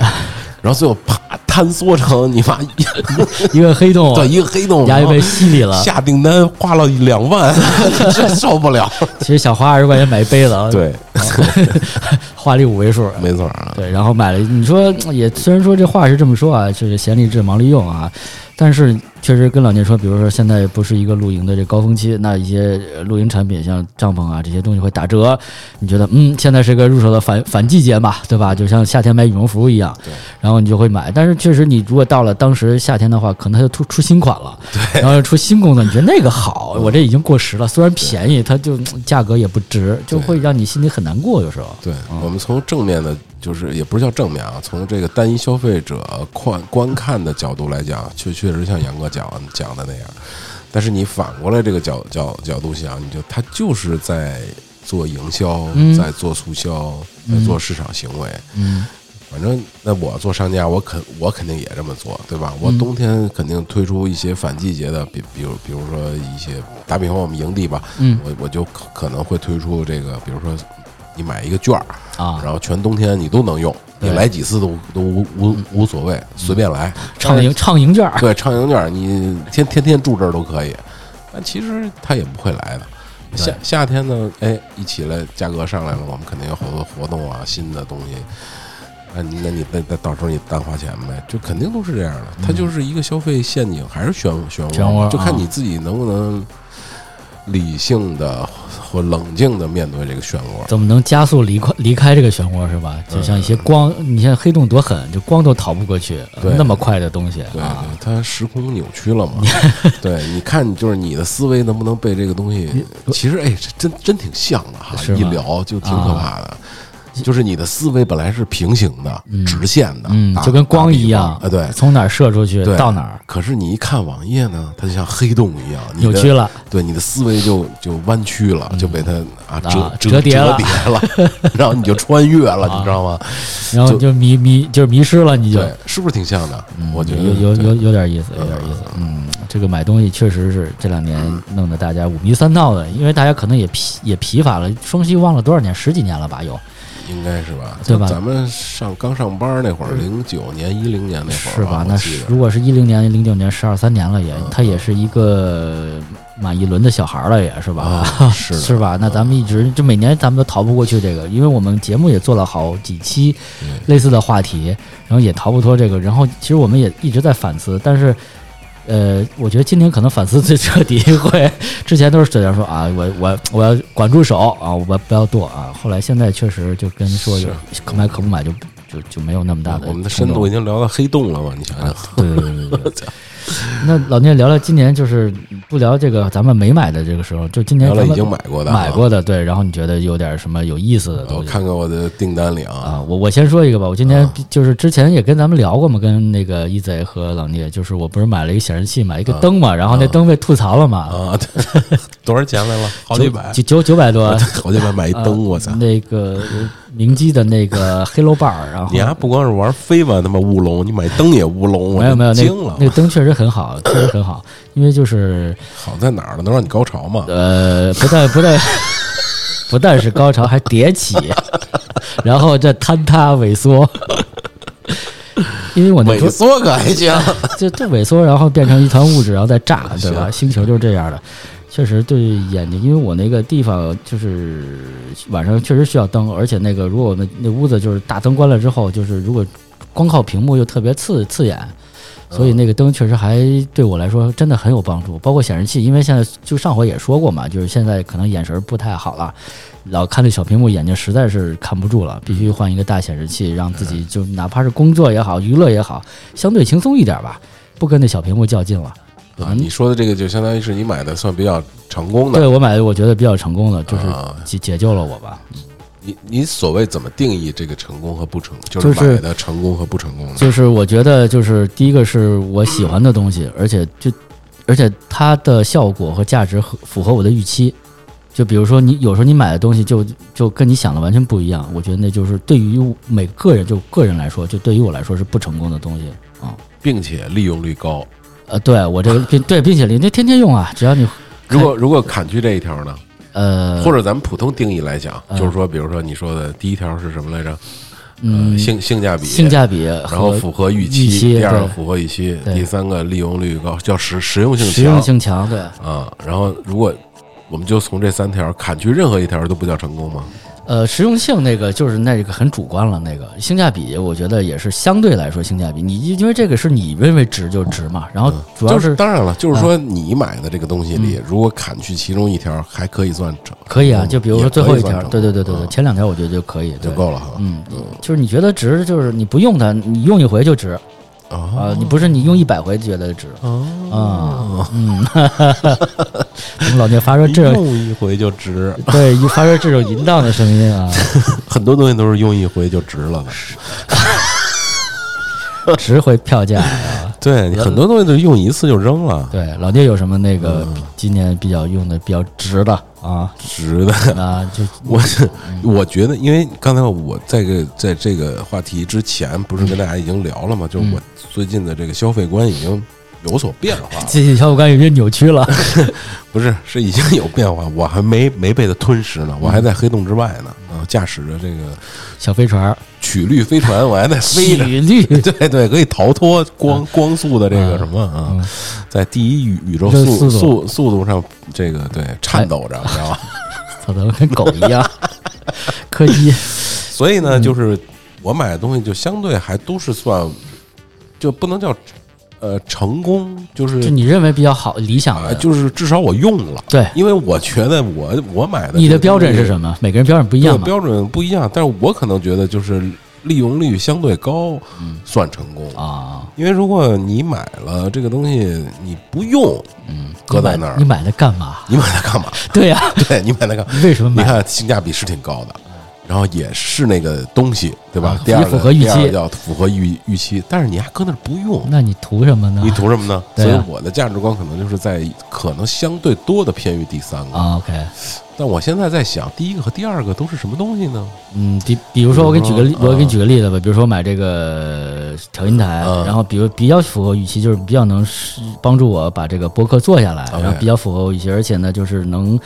A: 然后最后啪坍缩成你妈一
B: 一个黑洞，
A: 对一个黑洞，
B: 牙
A: 然
B: 又
A: 后
B: 被吸里了。
A: 下订单花了两万， <laughs> 这受不了。
B: 其实想花二十块钱买一杯子啊，
A: 对，
B: <laughs> 花了五位数。
A: 没错啊，
B: 对，然后买了，你说也虽然说这话是这么说啊，就是闲立志忙利用啊，但是确实跟老聂说，比如说现在不是一个露营的这高峰期，那一些呃露营产品像帐篷啊这些东西会打折，你觉得嗯，现在是个入手的反反季节嘛，对吧？就像夏天买羽绒服一样，
A: 对，
B: 然后你就会买，但是确实你如果到了当时夏天的话，可能它就出出新款了，对，然后又出新功能，你觉得那个好，
A: 嗯
B: 我这已经过时了，虽然便宜，它就嗯价格也不值，就会让你心里很难过，有时候，
A: 对我们从正面的，就是也不是叫正面啊，从这个单一消费者观观看的角度来讲，确确实像杨哥讲讲的那样。但是你反过来这个角角角度想，你就他就是在做营销，
B: 嗯
A: 在做促销，在做市场行为。
B: 嗯
A: 反正那我做商家，我肯我肯定也这么做，对
B: 嗯
A: 吧？我冬天肯定推出一些反季节的，比比如比如说一些打比方，我们营地吧，
B: 嗯
A: 我我就可可能会推出这个，比如说你买一个券儿，
B: 啊，
A: 然后全冬天你都能用，你
B: 对嗯
A: 来几次都都无无无所谓，随便来。
B: 畅赢畅赢券儿，
A: 对畅营券儿，你天天天住这儿都可以，但其实他也不会来的。
B: 对
A: 夏夏天呢，哎，一起来价格上来了，我们肯定有好多活动啊，新的东西。那你那你那那到时候你单花钱呗，就肯定都是这样的。它就是一个消费陷阱，还是漩漩涡，
B: 嗯漩涡
A: 就看
B: 啊
A: 你自己能不能理性的或冷静的面对这个漩涡。
B: 怎么能加速离开离开这个漩涡是
A: 嗯
B: 吧？就像一些光，你像黑洞多狠，就光都逃不过去，
A: 对
B: 那么快的东西
A: 对
B: 啊，
A: 对，它时空扭曲了嘛？
B: <laughs>
A: 对，你看，就是你的思维能不能被这个东西？其实，哎，这真真挺像的哈，
B: 是
A: 一
B: 吗啊
A: 聊就挺可怕的。就是你的思维本来是平行的、
B: 嗯
A: 直线的，
B: 嗯，
A: 打
B: 就跟光一样
A: 打比方啊，对。
B: 从哪儿射出去
A: 对
B: 到哪儿，
A: 可是你一看网页呢，它就像黑洞一样，你
B: 扭
A: 的
B: 曲了。嗯
A: 对你的思维就就弯曲了，就被它啊折
B: 啊
A: 折
B: 折叠了啊
A: 折叠
B: <laughs>
A: 了，然后你就穿越了，你知道吗？
B: 然后
A: 就
B: 就迷迷就是迷失了，你就
A: 对，是不是挺像的？我觉得
B: 嗯有有
A: 对呃
B: 有有点意思，有点意思。嗯，这个买东西确实是这两年弄得大家五迷三道的，因为大家可能也疲也疲乏了。双十一忘了多少年，十几年了吧？有
A: 应该是吧？
B: 对吧
A: 咱们上刚上班那会儿，零九年、一零年那会儿
B: 是吧？
A: 我
B: 那
A: 记
B: 是
A: 得嗯
B: 如果是一零年、零九年，十二三年了也，他也是一个满一轮的小孩儿了，也是吧？ <laughs>
A: 啊，是的嗯
B: 是吧？那咱们一直就每年咱们都逃不过去这个，因为我们节目也做了好几期
A: 嗯
B: 类似的话题，然后也逃不脱这个。然后其实我们也一直在反思，但是呃，我觉得今年可能反思最彻底一回。之前都是这样说啊，我我我要管住手啊，我不要剁啊。后来现在确实就跟说有可买可不买就就就没有那么大的
A: 我们的深
B: 冲动
A: 度已经聊到黑洞了嘛？你想想，
B: 对对对对对。那老聂聊聊今年，就是不聊这个咱们没买的这个时候，就今年
A: 聊了
B: 咱
A: 哦
B: 们
A: 已经买过的啊，
B: 买过的，对。然后你觉得有点什么有意思的
A: 我
B: 东西啊
A: 看看我的订单里啊，
B: 啊？我我先说一个吧，我今年就是之前也跟咱们聊过嘛，跟那个一贼和老聂，就是我不是买了一个显示器，买一个灯嘛，然后那灯被吐槽了嘛，
A: 啊，对多少钱来了？好几百，
B: 九九九百多。啊
A: 好几百买一灯，我操！
B: 那个明基的那个 Hello Bar，然后
A: 你还不光是玩飞吧，他妈乌龙，你买灯也乌龙，我
B: 没有没有那
A: 惊
B: 个
A: 了
B: 那。个灯确实很好，确实很好，因为就是
A: 好在哪儿了？能让你高潮吗？
B: 呃，不但不但不但是高潮，还迭起，然后这坍塌萎缩。 <laughs> 因为我那
A: 萎
B: 桌
A: 缩可还行，
B: <laughs> 就就萎缩，然后变成一团物质，然后再炸，对吧？星球就是这样的，确实对眼睛，因为我那个地方就是晚上确实需要灯，而且那个如果我那那屋子就是大灯关了之后，就是如果光靠屏幕又特别刺刺眼，所以那个灯确实还对我来说真的很有帮助，包括显示器，因为现在就上回也说过嘛，就是现在可能眼神不太好了，老看那小屏幕，眼睛实在是看不住了，必须换一个大显示器，让自己就哪怕是工作也好，娱乐也好，相对轻松一点吧，不跟那小屏幕较劲了。
A: 啊，你说的这个就相当于是你买的算比较成功的
B: 对我买的，我觉得比较成功的，就是
A: 啊。
B: 解解救了我吧。
A: 你你所谓怎么定义这个成功和不成，就
B: 就是是
A: 买的成功和不成功呢？
B: 就是我觉得，就是第一个是我喜欢的东西，而且就而且它的效果和价值合符合我的预期。就比如说你有时候你买的东西就就跟你想的完全不一样，我觉得那就是对于每个人就个人来说，就对于我来说是不成功的东西啊。
A: 并且利用率高。
B: 呃，对
A: <laughs>
B: 我这个并对，并且你那天天用啊，只要你
A: 如果如果砍去这一条呢，
B: 呃
A: 或者咱们普通定义来讲，
B: 嗯
A: 就是说，比如说你说的第一条是什么来着？
B: 嗯
A: 呃性性价比，
B: 性价比
A: 然后
B: 和
A: 符合预
B: 预
A: 期，
B: 期
A: 第二
B: 对
A: 个符合预期，
B: 对
A: 第三个利用率高，叫实实用性强。
B: 实用性强，对。
A: 啊，然后如果我们就从这三条砍去任何一条都不叫成功吗？
B: 呃，实用性那个就是那个很主观了，那个性价比，我觉得也是相对来说性价比。你因为这个是你认为值就值嘛，然后主要
A: 嗯
B: 嗯
A: 就是当然了，就是说你买的这个东西里，如果砍去其中一条，还可以算成，
B: 可以啊，
A: 嗯
B: 就比如说最后一条，
A: 也可以算成
B: 对对对对对，
A: 嗯
B: 前两条我觉得就可以，
A: 就
B: 对，
A: 够了哈。
B: 嗯，就是你觉得值，就是你不用它，你用一回就值
A: 啊，
B: 啊，你不是你用一百回觉得值
A: 哦
B: 啊，嗯， <laughs> 我们老聂发出这种
A: 用一回就值，
B: 对一发出这种淫荡的声音啊，
A: 很多东西都是用一回就值了的。
B: 值回
A: <laughs>
B: 票价啊。
A: 对，很多东西都是用一次就扔了，
B: 对，老聂有什么那个
A: 嗯
B: 今年比较用的比较值的啊？
A: 值的。
B: <laughs> 那啊就
A: 我我觉得，因为刚才我在这个在这个话题之前，不是跟大家已经聊了吗？就是我最近的这个消费观已经有所变化了。
B: 自己小五官有些
A: <laughs>
B: 扭曲了。
A: 不是，是已经有变化，我还没没被它吞噬呢，我还在黑洞之外呢，啊，驾驶着这个
B: 小飞船儿
A: 曲率飞船，我还在飞着。
B: 曲 <laughs> 率
A: 对对，可以逃脱光
B: 嗯
A: 光速的这个什么啊，在第一宇宇宙
B: 宇宙
A: 速
B: 嗯速度
A: 速速度上，这个对颤抖着，你知
B: <laughs>
A: 道吧？
B: 操得跟狗一
A: <laughs>
B: 样，柯基
A: 所以
B: 嗯
A: 呢，就是我买的东西就相对还都是算，就不能叫呃成功，就是
B: 就你认为比较好理想
A: 啊，
B: 的，
A: 就是至少我用了，
B: 对
A: 因为我觉得我我买的
B: 你
A: 这
B: 的
A: 个
B: 标
A: 东
B: 准
A: 西
B: 是什么？每个人标准不一
A: 对，
B: 样嘛。
A: 标准不一样，但是我可能觉得就是利用率相对高，
B: 嗯
A: 算成功。
B: 啊，
A: 因为如果你买了这个东西，你不用，
B: 嗯，
A: 搁在那儿
B: 你买你买它干嘛？
A: <laughs>
B: <laughs>
A: 你买它干嘛？
B: 对呀，啊
A: 对你买它干嘛？
B: 你为什么
A: 你
B: 买？
A: 看性价比是挺高的，然后也是那个东西，对吧
B: 啊？
A: 第二
B: 也符
A: 个
B: 合预期
A: 第二个要符合预预期，但是你还搁那儿不用，
B: 那你图什么呢？
A: 你图什么呢？
B: 对
A: 所
B: 啊
A: 以我的价值观可能就是在可能相对多的偏于第三个。
B: 啊？OK，
A: 但我现在在想，第一个和第二个都是什么东西呢？
B: 嗯，比比如说，啊我给你举个例，
A: 嗯
B: 我给你举个例子吧，比如说买这个调音台，
A: 嗯
B: 然后比如比较符合预期，就是比较能是帮助我把这个播客做下来，
A: OK
B: 然后比较符合我预期，而且呢，就是能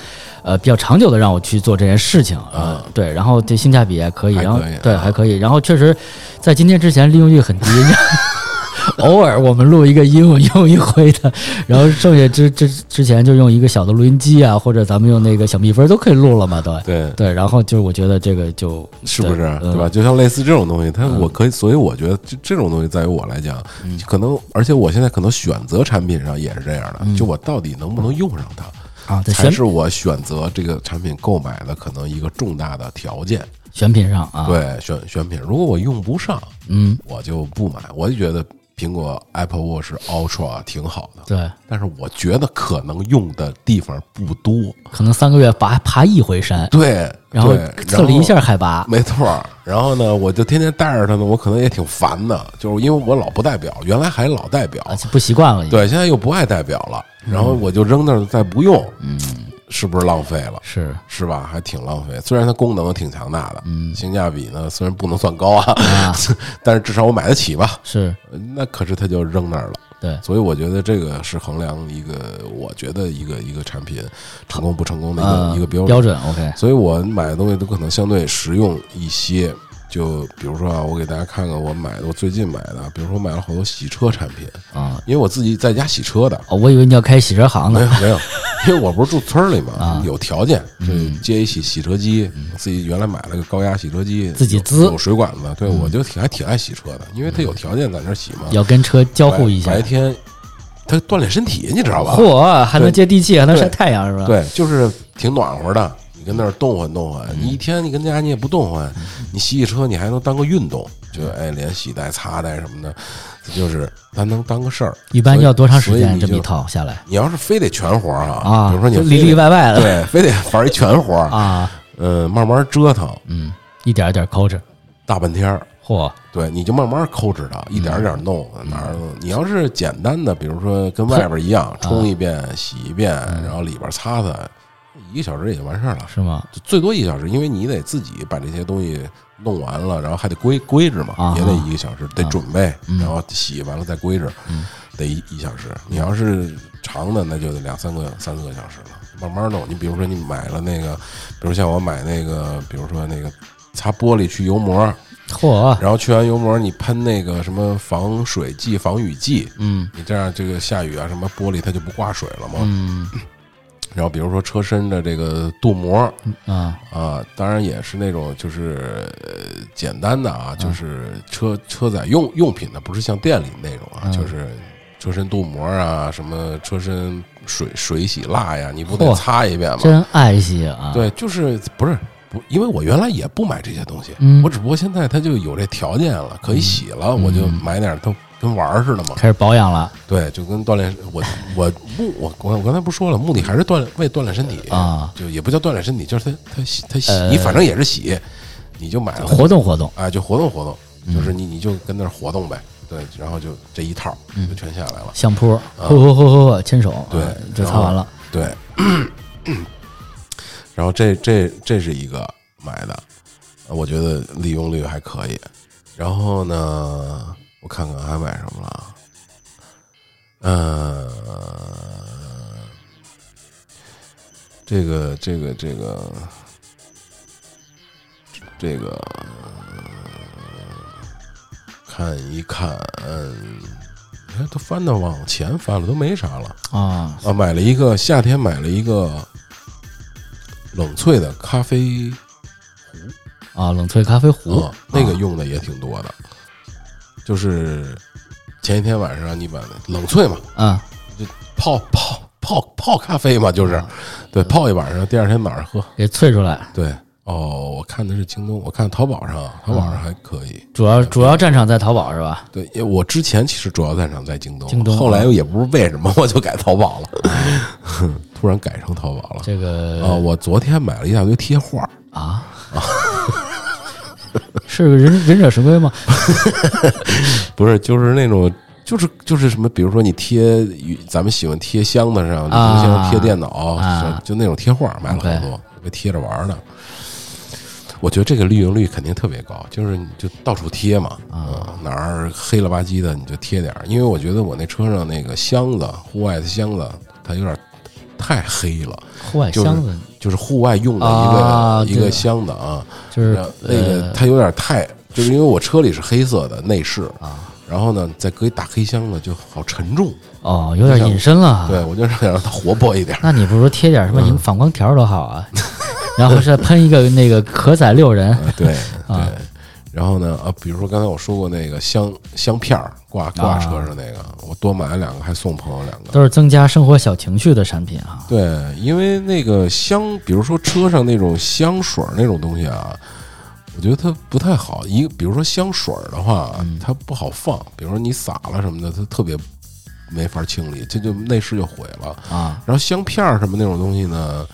B: 呃比较长久的让我去做这件事情，呃对，然后这性价比还可以，啊
A: 还
B: 然后
A: 可以
B: 对
A: 嗯
B: 还可以，然后确实在今天之前利用率很 <laughs> 低。偶尔我们录一个音，我用一回的，然后剩下之之之前就用一个小的录音机啊，或者咱们用那个小蜜蜂都可以录了嘛，对。
A: 对，
B: 对，然后就是我觉得这个就是呃
A: 不是？
B: 对嗯
A: 对吧？？就像类似这种东西，它我可以，所以我觉得这这种东西在于我来讲，
B: 嗯
A: 可能而且我现在可能选择产品上也是这样的，就我到底能不能用上它，
B: 嗯啊，在
A: 才
B: 选
A: 是我选择这个产品购买的可能一个重大的条件。
B: 选品上啊，，
A: 对，选选品，如果我用不上，
B: 嗯，
A: 我就不买。我就觉得苹果 Apple Watch Ultra 挺好的，
B: 对，
A: 但是我觉得可能用的地方不多。
B: 可能三个月爬爬一回山，
A: 对，
B: 然后
A: 对
B: 测了一下海拔，
A: 没错儿，然后呢，我就天天带着它呢，我可能也挺烦的，就是因为我老不戴表，原来还老戴表，
B: 啊，就不习惯了，，
A: 对，现在又不爱戴表了，然后我就扔那儿再不用，嗯，是不是浪费了？
B: 是
A: 是吧？还挺浪费。虽然它功能挺强大的，嗯，性价比呢虽然不能算高啊， <laughs> 但是至少我买得起吧。
B: 是，
A: 那可是它就扔那儿了。
B: 对，
A: 所以我觉得这个是衡量一个，我觉得一个一个产品成功不成功的一个、
B: 呃
A: 一个标准。
B: 标准，OK，
A: 所以我买的东西都可能相对实用一些。就比如说啊，我给大家看看我买的，我最近买的，比如说我买了好多洗车产品，
B: 啊，
A: 因为我自己在家洗车的，
B: 哦，我以为你要开洗车
A: <laughs>
B: 行
A: 没
B: 呢，
A: 有没有，因为我不是住村儿里嘛，
B: 啊
A: 有条件，就
B: 嗯
A: 接一洗洗车机，我自己原来买了个高压洗车机，
B: 自己
A: 有
B: 滋嗯
A: 有水管子，对我就挺还挺爱洗车的，因为它有条件在那儿洗嘛，
B: 要跟车交互一下
A: 白，白天它锻炼身体，你知道吧？
B: 嚯，还能
A: 对
B: 接地气，还能晒
A: 对
B: 太阳是吧？，
A: 对，就是挺暖和的。你跟那儿动换动换，
B: 嗯
A: 你一天你跟家你也不动换，你洗洗车你还能当个运动，就哎连洗带擦带什么的，这就是它能当个事儿。
B: 一般
A: 所以
B: 要多长时
A: 所以
B: 间
A: 你
B: 这么
A: 就
B: 一套下来
A: 你要是非得全活儿
B: 啊？
A: 啊，比如说你
B: 就
A: 非
B: 里
A: 得
B: 里外外的
A: 对，非得玩一全活儿，
B: 啊，
A: 嗯，慢慢折腾
B: 嗯，一点一点抠着，
A: 大半天儿，
B: 嚯，
A: 对，你就慢慢抠着它，一
B: 嗯
A: 点儿点儿弄哪儿弄。你要是简单的，比如说跟外边儿一
B: <laughs> 啊
A: 样，冲一遍、洗一遍，
B: 嗯
A: 然后里边儿擦擦，一个小时也就完事儿了。
B: 是吗？
A: 就最多一小时，因为你得自己把这些东西弄完了，然后还得归归置
B: 啊嗯
A: 嘛，也得一个小时，得准备，然后洗完了再归置，得一一小时。你要是长的，那就得两三个、三四个小时了，慢慢弄。你比如说你买了那个，比如像我买那个，比如说那个擦玻璃去油膜，
B: 嚯，
A: 然后去完油膜你喷那个什么防水剂、防雨剂，
B: 嗯
A: 你这样这个下雨啊什么玻璃它就不挂水了嘛。
B: 嗯
A: 然后比如说车身的这个镀膜，
B: 啊，
A: 啊，当然也是那种就是呃简单的
B: 嗯
A: 啊，就是车车载用用品的，不是像店里那种啊，
B: 嗯
A: 就是车身镀膜啊，什么车身水水洗蜡呀，你不得
B: 嚯
A: 擦一遍吗？
B: 真爱惜啊，
A: 对，就是不是不，因为我原来也不买这些东西，
B: 嗯
A: 我只不过现在它就有这条件了，可以洗了，我就买点儿都跟玩儿似的嘛。
B: 开始保养了。
A: 对，就跟锻炼我我目我我我刚才不是说了，目的还是锻炼为锻炼身体
B: 啊，
A: 就也不叫锻炼身体，就是他他洗他洗
B: 呃，
A: 你反正也是洗，你就买了
B: 活动嗯活动，
A: 啊，就活动活动，就是你你就跟那儿活动呗，对，然后就这一套
B: 嗯
A: 就全下来了，
B: 相扑，呼呼呼呼呼，牵手，
A: 啊对
B: 啊，就擦完了。
A: 对， <clears throat> 然后这这这是一个买的，呃我觉得利用率还可以，然后呢，我看看还买什么了啊，呃。这个这个这个这个看一看，嗯，你看都翻到往前翻了，都没啥了
B: 啊
A: 啊。买了一个夏天买了一个冷萃的咖啡
B: 啊！冷萃咖啡壶、啊
A: 壶，嗯那个用的也挺多的，就是前一天晚上你把那冷萃嘛，
B: 啊，
A: 泡泡泡泡咖啡嘛，就是
B: 嗯
A: 对泡一晚上，第二天早上喝。
B: 给萃出来。
A: 对，哦，我看的是京东，我看淘宝上，淘宝上还可以。
B: 主要主要战场在淘宝是吧？
A: 对，因为我之前其实主要战场在京东，
B: 京东啊
A: 后来也不是为什么，我 <laughs> 就改淘宝了，
B: 嗯
A: <laughs> 突然改成淘宝了。
B: 这个
A: 啊，我昨天买了一大堆贴画，
B: 啊，是个忍忍者神龟吗？
A: 不是，就是那种，就是就是什么，比如说你贴，咱们喜欢贴箱子上，你
B: 啊
A: 不像贴电脑，
B: 啊
A: 就就那种贴画，买了好多，被贴着玩儿的。我觉得这个利用率肯定特别高，就是你就到处贴嘛，
B: 啊
A: 嗯，哪儿黑了吧唧的你就贴点儿，因为我觉得我那车上那个箱子，户外的箱子，它有点太黑了，
B: 户外
A: 就是
B: 箱子
A: 就是户外用的一个、
B: 啊
A: 一
B: 对
A: 个箱子啊，
B: 就是
A: 然后那个
B: 呃
A: 它有点太，就是因为我车里是黑色的内饰，
B: 啊
A: 然后呢再搁一大黑箱子就好沉重，
B: 哦，有点隐身了。
A: 对，嗯我就是想让它活泼
B: <laughs>
A: 一点。
B: 那你不如贴点什么荧反光条多好啊， <laughs> 然后再喷一个那个可载六人
A: 呃对
B: 啊
A: 对，然后呢啊，比如说刚才我说过那个香香片儿挂
B: 啊
A: 挂车上那个，我多买了两个，还送朋友两个。
B: 都是增加生活小情趣的产品啊。
A: 对，因为那个香，比如说车上那种香水儿那种东西啊，我觉得它不太好。一，比如说香水儿的话，
B: 嗯
A: 它不好放，比如说你撒了什么的，它特别没法清理，这就内饰就毁了。
B: 啊，
A: 然后香片儿什么那种东西呢，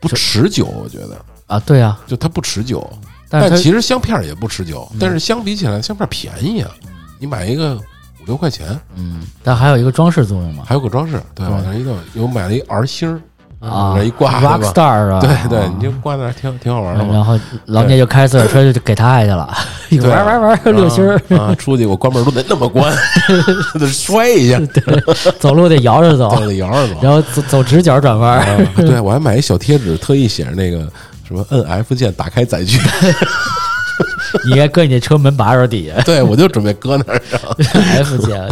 A: 不持久，我觉得
B: 啊，对啊，
A: 就它不持久。
B: 但是它嗯
A: 其实香片儿也不持久，但是相比起来，香片儿便宜啊，你买一个五六块钱，
B: 嗯，但还有一个装饰作用嘛
A: 还有个装饰，对，
B: 对
A: 往那儿一弄，有买了一 R 星儿。往
B: 啊
A: 那儿一挂，
B: ，rock
A: 对吧？
B: star 啊，
A: 对对，
B: 啊
A: 你就挂那儿挺挺好玩的嘛。
B: 哎然后老聂就开着自个儿车就给他爱去了，
A: 对啊
B: 玩玩玩六星儿，
A: 啊，出去我关门都得那么关， <laughs> 得摔一下，
B: 走路得摇着走，
A: 到得摇着走。
B: 然后走走直角转弯儿，
A: 啊对，我还买一小贴纸，特意写着那个什么摁 F 键打开载具， <laughs>
B: 你应该搁你那车门把手底下
A: 对我就准备搁那儿。
B: F 键，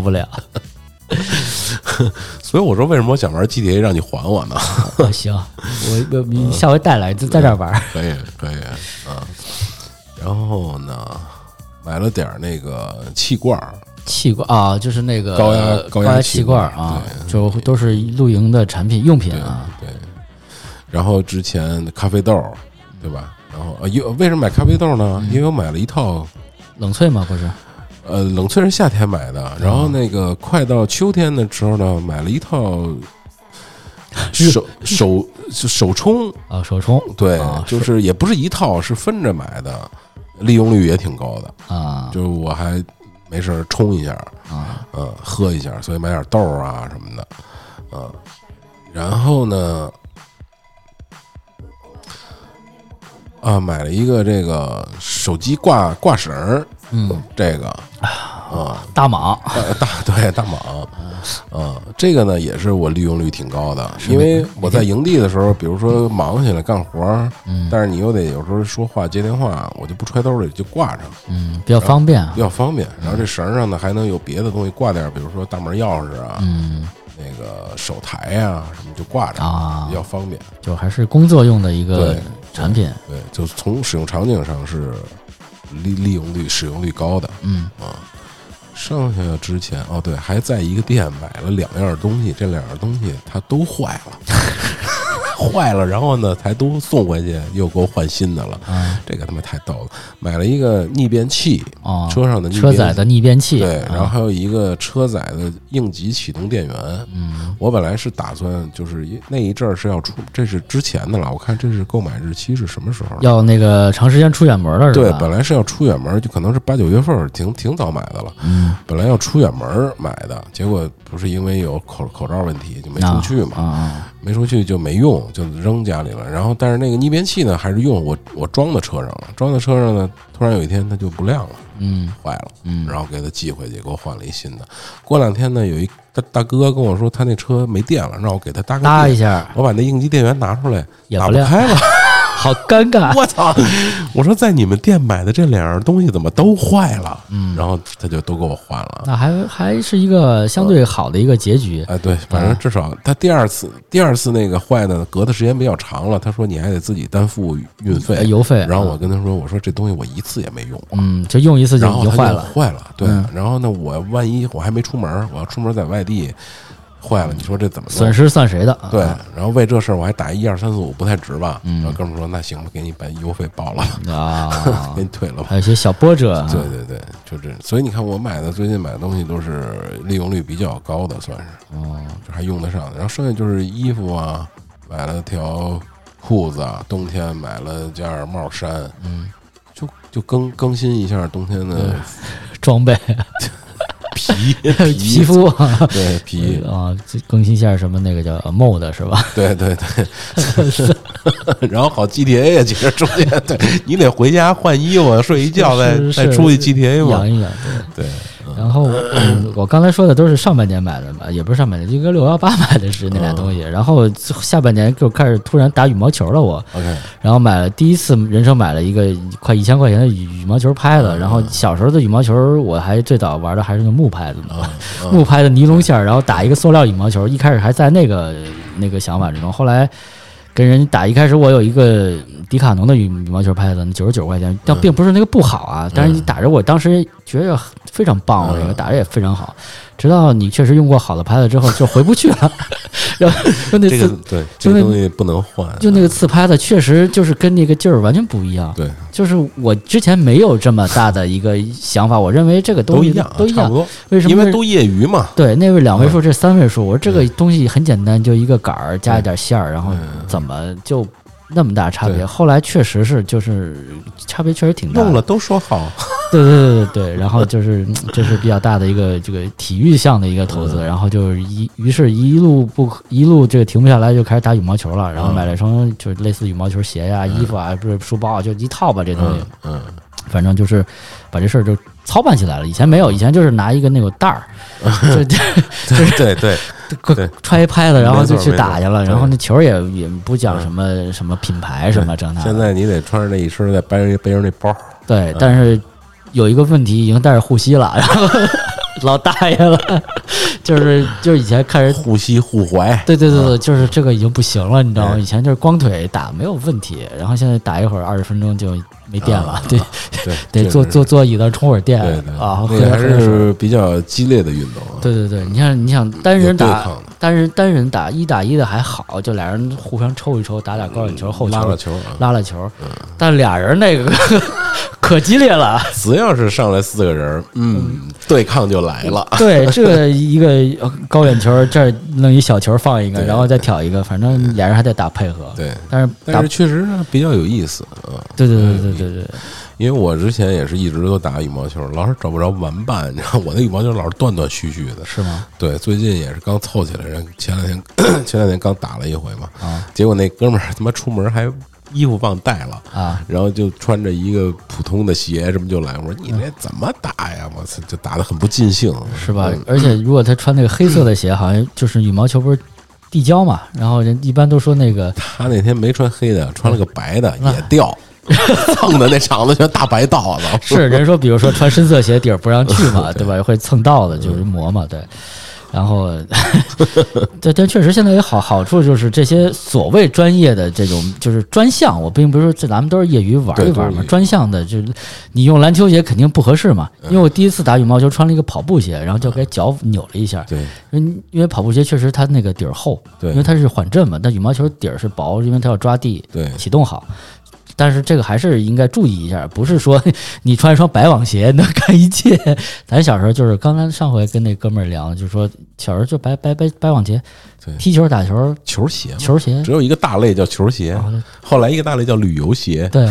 A: <laughs>
B: 不了，
A: 所以我说为什么我想玩 GTA 让你还我呢？
B: 啊行，我我你下回带来就在这儿玩儿
A: 可以可以啊。然后呢，买了点儿那个气罐儿，
B: 气罐啊，就是那个
A: 高压
B: 高
A: 高压
B: 气
A: 气
B: 罐
A: 罐
B: 啊，就都是露营的产品用品啊，
A: 对，然后之前咖啡豆儿，对吧？然后呃，有为什么买咖啡豆呢？因为我买了一套
B: 冷萃嘛不是
A: 呃，冷萃是夏天买的，然后那个快到秋天的时候呢，买了一套手手手冲，
B: 啊，手冲
A: 对
B: 啊，
A: 就是也不是一套，是分着买的，利用率也挺高的，
B: 啊
A: 就是我还没事儿冲一下，
B: 啊
A: 嗯，喝一下，所以买点豆儿啊什么的，嗯，然后呢，啊，买了一个这个手机挂挂绳儿，
B: 嗯，
A: 这个啊，
B: 大蟒
A: 大大对大蟒，啊，这个呢也是我利用率挺高的，
B: 是
A: 因为我在营地的时候，比如说忙起来干活儿，
B: 嗯
A: 但是你又得有时候说话接电话，我就不揣兜里就挂上，
B: 嗯比较方便啊
A: 比较方便。然后这绳儿上呢还能有别的东西挂点儿，比如说大门钥匙啊，
B: 嗯
A: 那个手台啊什么就挂着，
B: 啊
A: 比较方便。
B: 就还是工作用的一个
A: 对
B: 产品，
A: 对，就从使用场景上是利利用率使用率高的。啊
B: 嗯
A: 剩下之前哦，对，还在一个店买了两样东西，这两样东西它都坏了，
B: <laughs>
A: 坏了，然后呢才都送回去，又给我换新的了。
B: 啊
A: 这个他妈太逗了！买了一个逆变器，
B: 哦，
A: 车上的逆
B: 车
A: 变器
B: 载的逆变器，
A: 对，然后
B: 啊
A: 还有一个车载的应急启动电源。
B: 嗯
A: 我本来是打算就是一那一阵儿是要出，这是之前的了。我看这是购买日期是什么时候？
B: 要那个长时间出远门了是
A: 对
B: 吧？，
A: 本来是要出远门儿，就可能是八九月份儿，挺挺早买的了。
B: 嗯
A: 本来要出远门儿买的，结果不是因为有口口罩问题就没出去嘛，
B: 啊啊
A: 没出去就没用，就扔家里了。然后但是那个逆变器呢，还是用我我装到车上了，装到车上呢，突然有一天它就不亮了，
B: 嗯
A: 坏了。
B: 嗯，
A: 然后给他寄回去，给我换了一新的。过两天呢，有一大大哥跟我说他那车没电了，让我给他搭个
B: 搭
A: 电
B: 一下
A: 我把那应急电源拿出来，
B: 也
A: 打
B: 不
A: 不
B: 亮，
A: 开了。
B: 好尴
A: <laughs>
B: 尬。
A: 我操！我说在你们店买的这两样东西怎么都坏了？
B: 嗯
A: 然后他就都给我换了。
B: 那还还是一个相对好的一个结局，
A: 哎，对，反
B: 啊
A: 正至少他第二次第二次那个坏的隔的时间比较长了，他说你还得自己担负运
B: 呃
A: 费。
B: 邮费。
A: 然后我
B: 啊
A: 跟他说，我说这东西我一次也没用过。
B: 嗯，就用一次就
A: 然后
B: 就
A: 它
B: 坏了，
A: 坏了。对
B: 嗯，
A: 然后呢，我万一我还没出门儿，我要出门在外地，坏了，你说这怎么弄
B: 损？失算谁的？
A: 对
B: 啊，
A: 然后为这事儿我还打一二三四五不太值吧？
B: 嗯
A: 然后哥们儿说那行吧，给你把邮费报了吧， <laughs>
B: 啊
A: 给，你退了吧
B: 还。有一些小波折啊。
A: 对对对，就这。所以你看，我买的最近买的东西都是利用率比较高的，算是
B: 哦，
A: 就还用得上的。然后剩下就是衣服啊，买了条裤子，冬天买了件帽衫，
B: 嗯，
A: 就就更更新一下冬天的
B: 装备、 <laughs>
A: 皮
B: 皮肤啊，
A: 对皮，
B: 啊，这更新一下什么那个叫呃 mod 是吧？
A: 对对对， <laughs> 然后好 GTA 啊呀，其实中间对你得回家换衣服，啊睡一觉再
B: 是
A: 再
B: 是
A: 出去 GTA 嘛
B: 养，一养。对
A: 对，
B: 然后我我刚才说的都是上半年买的吧，也不是上半年，就跟六幺八买的是那俩东西。然后下半年就开始突然打羽毛球了，我，
A: OK，
B: 然后买了第一次人生买了一个快一千块钱的羽羽毛球拍子。然后小时候的羽毛球，我还最早玩的还是那木拍子呢，木拍的尼龙线儿，然后打一个塑料羽毛球。一开始还在那个那个想法之中，后来。跟人打，一开始我有一个迪卡侬的羽羽毛球拍子，九十九块钱，但并不是那个不好啊。但是你打着我当时觉得非常棒，我这个打着也非常好。直到你确实用过好的拍子之后，就回不去了。 <laughs> 然后就那
A: 这
B: 次
A: 个对这
B: 就
A: 个
B: 那
A: 东西不能换，啊
B: 就那个刺拍的，确实就是跟那个劲儿完全不一样。
A: 对
B: 就是我之前没有这么大的一个想法，我认为这个东
A: 都
B: 西
A: 一样，啊
B: 都一
A: 差不
B: 样。
A: 多，
B: 为什么
A: 因为
B: 是
A: 都嗯业余嘛，
B: 对那位两位数，这三位数？我说这个东西很简单，就一个杆儿加一点线儿，然后怎么就那么大差别？
A: 对
B: 后来确实是就是差别确实挺大的。
A: 弄了都说好，
B: 对对对对对，然后就是嗯这是比较大的一个这个体育项的一个投资，然后就是一于是一路不可一路这个停不下来，就开始打羽毛球了，然后买了一双就是类似羽毛球鞋呀、衣服啊，不是书包啊，就一套吧这东西
A: 嗯，嗯，
B: 反正就是把这事儿就操办起来了。以前没有，以前就是拿一个那个袋儿，就
A: 对对对，对
B: 揣一拍子，然后就
A: 没错
B: 去打去了，
A: 没错
B: 然后那球也也不讲什么什么品牌什么这那的。
A: 现在你得穿着那一身，再背着背着那包，嗯
B: 对，但是有一个问题，已经带着护膝了，然后
A: <laughs>
B: 老大爷了，就是就是以前看人，
A: 护膝护踝，
B: 对对对对，就是这个已经不行了，你知道吗？
A: 嗯
B: 以前就是光腿打没有问题，然后现在打一会儿二十分钟就没电了，得
A: 对， <laughs>
B: 得
A: 这
B: 坐
A: 嗯是
B: 坐坐椅子充会儿电
A: 对对
B: 啊，喝
A: 那个还
B: 喝点水。
A: 是比较激烈的运动啊，
B: 对对对，你看，你想单人
A: 有对
B: 打
A: 抗的，
B: 单人单人打一打一的还好，就俩人互相抽一抽，打打高远球、后
A: 拉
B: 球
A: 了、球啊，
B: 拉拉球。但俩人那个 <laughs> 可激烈了，
A: 只要是上来四个人，嗯，对抗就来了， <laughs>
B: 对，这个一个高远球，这儿弄一小球放一个，
A: 对
B: 然后再挑一个，反正俩人还得打配合。，
A: 对。
B: 但是打
A: 但是 <laughs> 确实是比较有意思啊，
B: 对对对对对对，
A: 因为我之前也是一直都打羽毛球，老是找不着玩伴，然后我那羽毛球老是断断续续的。
B: 是吗？
A: 对，最近也是刚凑起来，然后前两天前两天刚打了一回嘛，
B: 啊
A: 结果那哥们儿他妈出门还衣服忘带了，
B: 啊，
A: 然后就穿着一个普通的鞋，什么就来。我说你这怎么打呀？我操，就打得很不尽兴，
B: 嗯
A: 嗯
B: 是吧？而且如果他穿那个黑色的鞋，好像就是羽毛球不是地胶嘛，然后人一般都说那个
A: 他那天没穿黑的，穿了个白的也
B: <laughs>
A: 掉，蹭的那场子全大白道子。 <laughs>
B: 是人说，比如说穿深色鞋底儿不让去嘛，对吧？会蹭到的，就是磨
A: 嗯
B: 嘛，对。然后， <laughs> 对，但确实现在有好好处，就是这些所谓专业的这种就是专项，我并不是说这咱们都是业余玩一
A: 对都嗯
B: 玩
A: 是业
B: 嘛
A: 余，
B: 专项的就是你用篮球鞋肯定不合适嘛，因为我第一次打羽毛球穿了一个跑步鞋，然后就给脚扭了一下，
A: 对，
B: 因因为跑步鞋确实它那个底儿厚，
A: 嗯对
B: 因为它是缓震嘛，但羽毛球底儿是薄，因为它要抓地，
A: 对
B: 启动好。但是这个还是应该注意一下，不是说 <laughs> 你穿一双白网鞋能干一切。 <laughs> 咱小时候就是刚刚上回跟那哥们儿聊，就说小时候就白白白白网鞋
A: 对，
B: 踢球打球
A: 球鞋嘛，
B: 球鞋
A: 只，有一个大类叫球鞋，后来一个大类叫旅游鞋，
B: 对，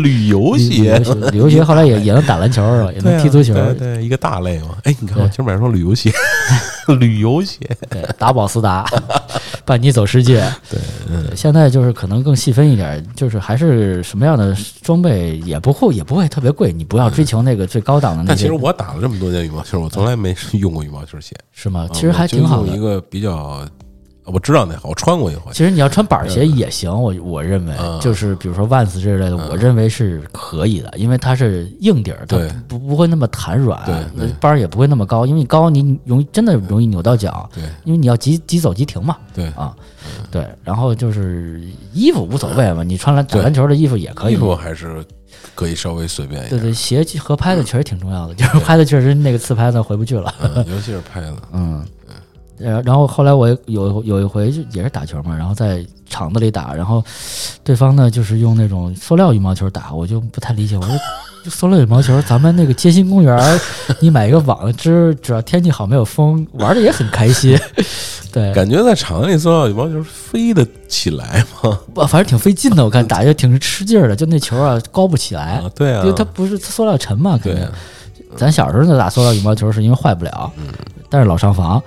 A: 旅游
B: 哦 <laughs> 旅
A: 鞋
B: 游。鞋，旅
A: <laughs>
B: 游鞋后来也也能打篮球是吧？也
A: 对
B: 能
A: 啊
B: 踢足球，
A: 对对，一个大类嘛。哎，你看
B: 对
A: 我今儿买双旅
B: <laughs>
A: 游鞋，旅游鞋，
B: 对，打保斯达， <laughs> 伴你走世界。对，
A: 嗯
B: 现在就是可能更细分一点，就是还是什么样的装备也不会也不会特别贵，你不要追求那个最高档的那
A: 嗯但其
B: 些
A: 实，我打了这么多年羽毛球，我从来没用过羽毛球鞋，
B: 是吗
A: 啊？
B: 其实还挺好
A: 我就用
B: 的
A: 一。个比较，啊我知道那好，我穿过一回。
B: 其实你要穿板鞋也行，我我认为
A: 嗯
B: 就是比如说 Vans 之类的，我认为是可以的，因为它是硬底儿，它
A: 对
B: 不不会那么弹软
A: 对，
B: 那班儿也不会那么高，因为你高你容易真的容易扭到脚，
A: 对
B: 因为你要急急走急停嘛。
A: 对，嗯
B: 啊，对，然后就是衣服无所谓嘛，你穿篮打
A: 对
B: 篮球的衣服也可以
A: 衣。服还是可以稍微随便一
B: 对
A: 点，
B: 对，鞋合拍的确实挺重要的，就是拍的确实那个次拍的回不去了。
A: 嗯尤其是拍的，
B: 嗯，然然后后来我有有一回就也是打球嘛，然后在场子里打，然后对方呢就是用那种塑料羽毛球打，我就不太理解，我说就塑料羽毛球，咱们那个街心公园儿，你买一个网，只只要天气好没有风，玩的也很开心。 <laughs> 对，
A: 感觉在场里塑料羽毛球飞得起来吗？
B: 不反正挺费劲的，我看打就挺吃劲儿的，就那球啊高不起来
A: 啊，，对啊
B: 因为，它不是塑料沉嘛，肯
A: 对嗯
B: 定
A: 啊。
B: 咱小时候就打塑料羽毛球是因为坏不了，但是老
A: <laughs>
B: 上防。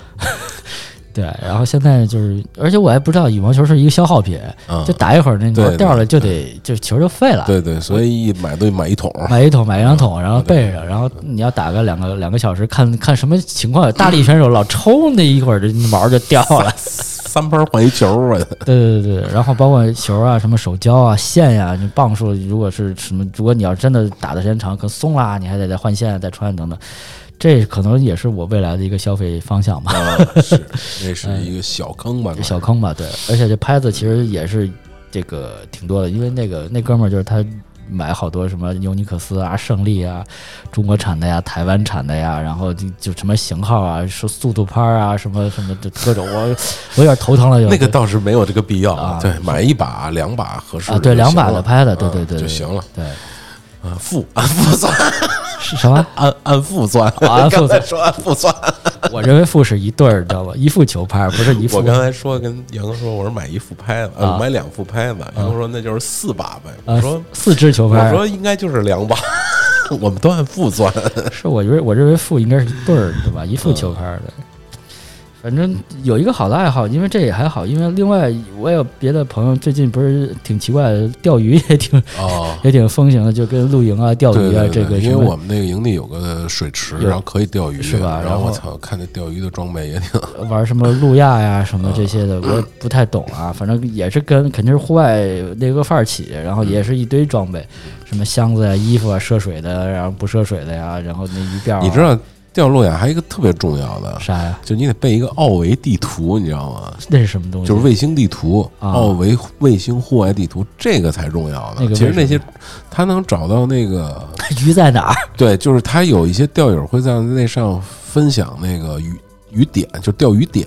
B: 对，然后现在就是，而且我还不知道羽毛球是一个消耗品，
A: 啊
B: 就，打一会儿那
A: 对
B: 球
A: 对
B: 掉了就得就球就废了。
A: 对嗯对，所以一买都得买一桶，
B: 买一桶，买一两桶，然后备着，然后你要打个两个两个小时，看看什么情况。大力选手老抽那一会儿，这毛就掉了。
A: 三拍换一球啊！
B: <laughs> 对对对，对然后包括球啊、什么手胶啊、线呀、你磅数如果是什么，如果你要真的打的时间长，可能松啦，你还得再换线、啊再穿等等，这可能也是我未来的一个消费方向吧，
A: 啊，是，这是一个小坑吧？
B: 哎这 <laughs> 小坑吧，对。而且这拍子其实也是这个挺多的，因为那个那哥们儿就是他。买好多什么尤尼克斯啊、胜利啊、中国产的呀、台湾产的呀，然后就就什么型号啊、说速度拍儿啊、什么什么的各种，我我有点头疼了就。
A: 那个倒是没有这个必要
B: 啊
A: 对，买一把、两把合适
B: 啊，对，
A: 就
B: 两
A: 行
B: 把的
A: 了
B: 拍的，对
A: 啊
B: 对对，
A: 就
B: 对
A: 行了。。
B: 对，
A: 啊，负按负算，？
B: 是什么
A: 按按负算。
B: 按负
A: 刚
B: 算
A: 才说按负算，
B: 我认为副是一对儿，你知道吗？一副球拍，不是一副
A: 我。刚才说跟杨哥说，我说买一副拍子，呃
B: 啊
A: 我买两副拍子。杨哥说那就是四把呗。
B: 啊
A: 我说，
B: 四支球
A: 我
B: 拍，
A: 说应该就是两把， <laughs> 我们都按负算。
B: 是我认为我认为副应该是一对儿，对
A: 嗯
B: 吧？一副球拍的。反正有一个好的爱好，因为这也还好，因为另外我也有别的朋友最近不是挺奇怪的，钓鱼也挺
A: 哦，
B: 也挺风行的，就跟露营啊、钓
A: 对
B: 鱼啊
A: 对
B: 这
A: 对，
B: 个
A: 因
B: 什
A: 为
B: 么
A: 我们那个营地有个水池，
B: 有
A: 然后可以钓鱼，
B: 是吧
A: 然后我
B: 然后
A: 操，看那钓鱼的装备也挺
B: 玩什么路亚呀、什么这
A: 呃
B: 些的，我也
A: 嗯
B: 不太懂啊。反正也是跟肯定是户外那个范儿起，然后也是一堆装备，什么箱子呀、衣服啊、涉水的，然后不涉水的呀，然后那鱼钓啊、
A: 你知道钓路亚还有一个特别重要的，
B: 啥呀？
A: 就你得备一个奥维地图，你知道吗？
B: 那是什么东西？
A: 就是卫星地图，
B: 啊
A: 奥维卫星户外地图，这个才重要
B: 那
A: 呢。
B: 个
A: 其实
B: 为什
A: 那
B: 么
A: 些他能找到那个，
B: 鱼在哪儿？
A: 对，就是他有一些钓友会在那上分享那个鱼鱼点，就钓鱼点，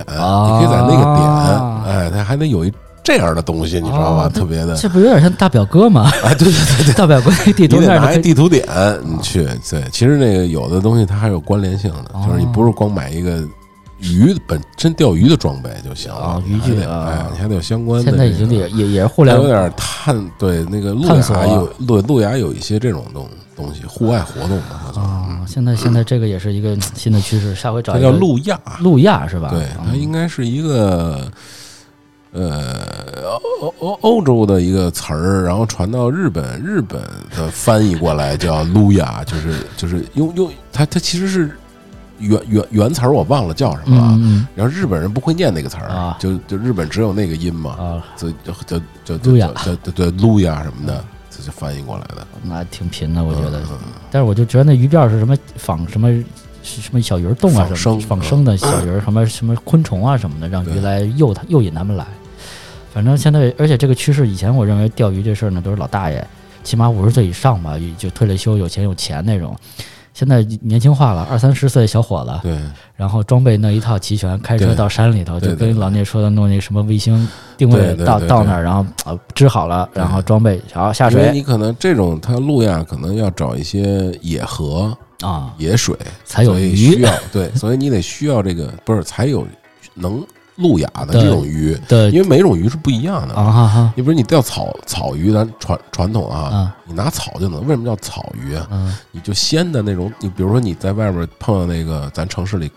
A: 你
B: 啊
A: 可以在那个点，哎，他还得有一这样的东西，你知道吧？
B: 哦
A: 特别的，
B: 这不有点像大表哥吗？
A: 哎，对对对对。
B: 大表哥那 <laughs> 地
A: 你
B: 图
A: 得
B: 那儿
A: 拿一
B: 可以
A: 地图点，你去对。其实那个有的东西它还有关联性的，
B: 啊
A: 就是你不是光买一个鱼本身钓鱼的装备就行了
B: 啊，渔具
A: 你还得
B: 啊
A: 哎，你还得有相关的这
B: 现
A: 个。
B: 在已经也也也是互
A: 它
B: 联
A: 有
B: 网
A: 点探对那个路
B: 探索啊
A: 亚有路路亚有一些这种东东西，户外活动嘛，它叫
B: 啊。现在现在这个也是一个新的趋势，下回找
A: 它
B: 一
A: 叫
B: 个
A: 路亚，
B: 路亚是吧？
A: 对，它
B: 嗯
A: 应该是一个。呃，欧欧欧洲的一个词儿，然后传到日本，日本的翻译过来叫路亚，就是就是用用它它其实是原原原词儿我忘了叫什么了，
B: 嗯嗯
A: 然后日本人不会念那个词儿，
B: 啊
A: 就就日本只有那个音嘛，
B: 嗯啊，
A: 就就就就
B: 路
A: 就
B: 亚
A: 就就对路亚什么的，这就翻译过来的。
B: 那挺贫的，我觉得
A: 嗯。嗯
B: 但是我就觉得那鱼鳔是什么仿什么是什么小鱼儿洞啊
A: 仿
B: 什么
A: 生嗯
B: 仿生的小
A: <clears throat>
B: 鱼儿，什么什么昆虫啊什么的，让
A: 对
B: 鱼来诱它诱引它们来。反正现在，而且这个趋势，以前我认为钓鱼这事儿呢，都是老大爷，起码五十岁以上吧，就退了休，有钱有钱那种。现在年轻化了，二三十岁的小伙子，
A: 对，
B: 然后装备弄一套齐全，开车
A: 对
B: 到山里头，
A: 对
B: 就
A: 对
B: 跟
A: 对
B: 老聂说的弄那个什么卫星定位
A: 对对
B: 到
A: 对
B: 到
A: 对
B: 那儿，然后呃支好了，然后装备好下
A: 因为
B: 水
A: 你可能这种它路亚可能要找一些野河、
B: 啊，
A: 野水
B: 才有
A: 所以
B: 鱼
A: 需要 <laughs> 对，所以你得需要这个不是才有能路亚的这种鱼，
B: 的
A: 因为每种鱼是不一样的。
B: 啊哈哈，
A: 你比如你钓草草鱼，咱传传统啊，
B: 啊
A: 你拿草就能。为什么叫草鱼啊？
B: 嗯。
A: 你就鲜的那种，你比如说你在外边碰到那个咱城市里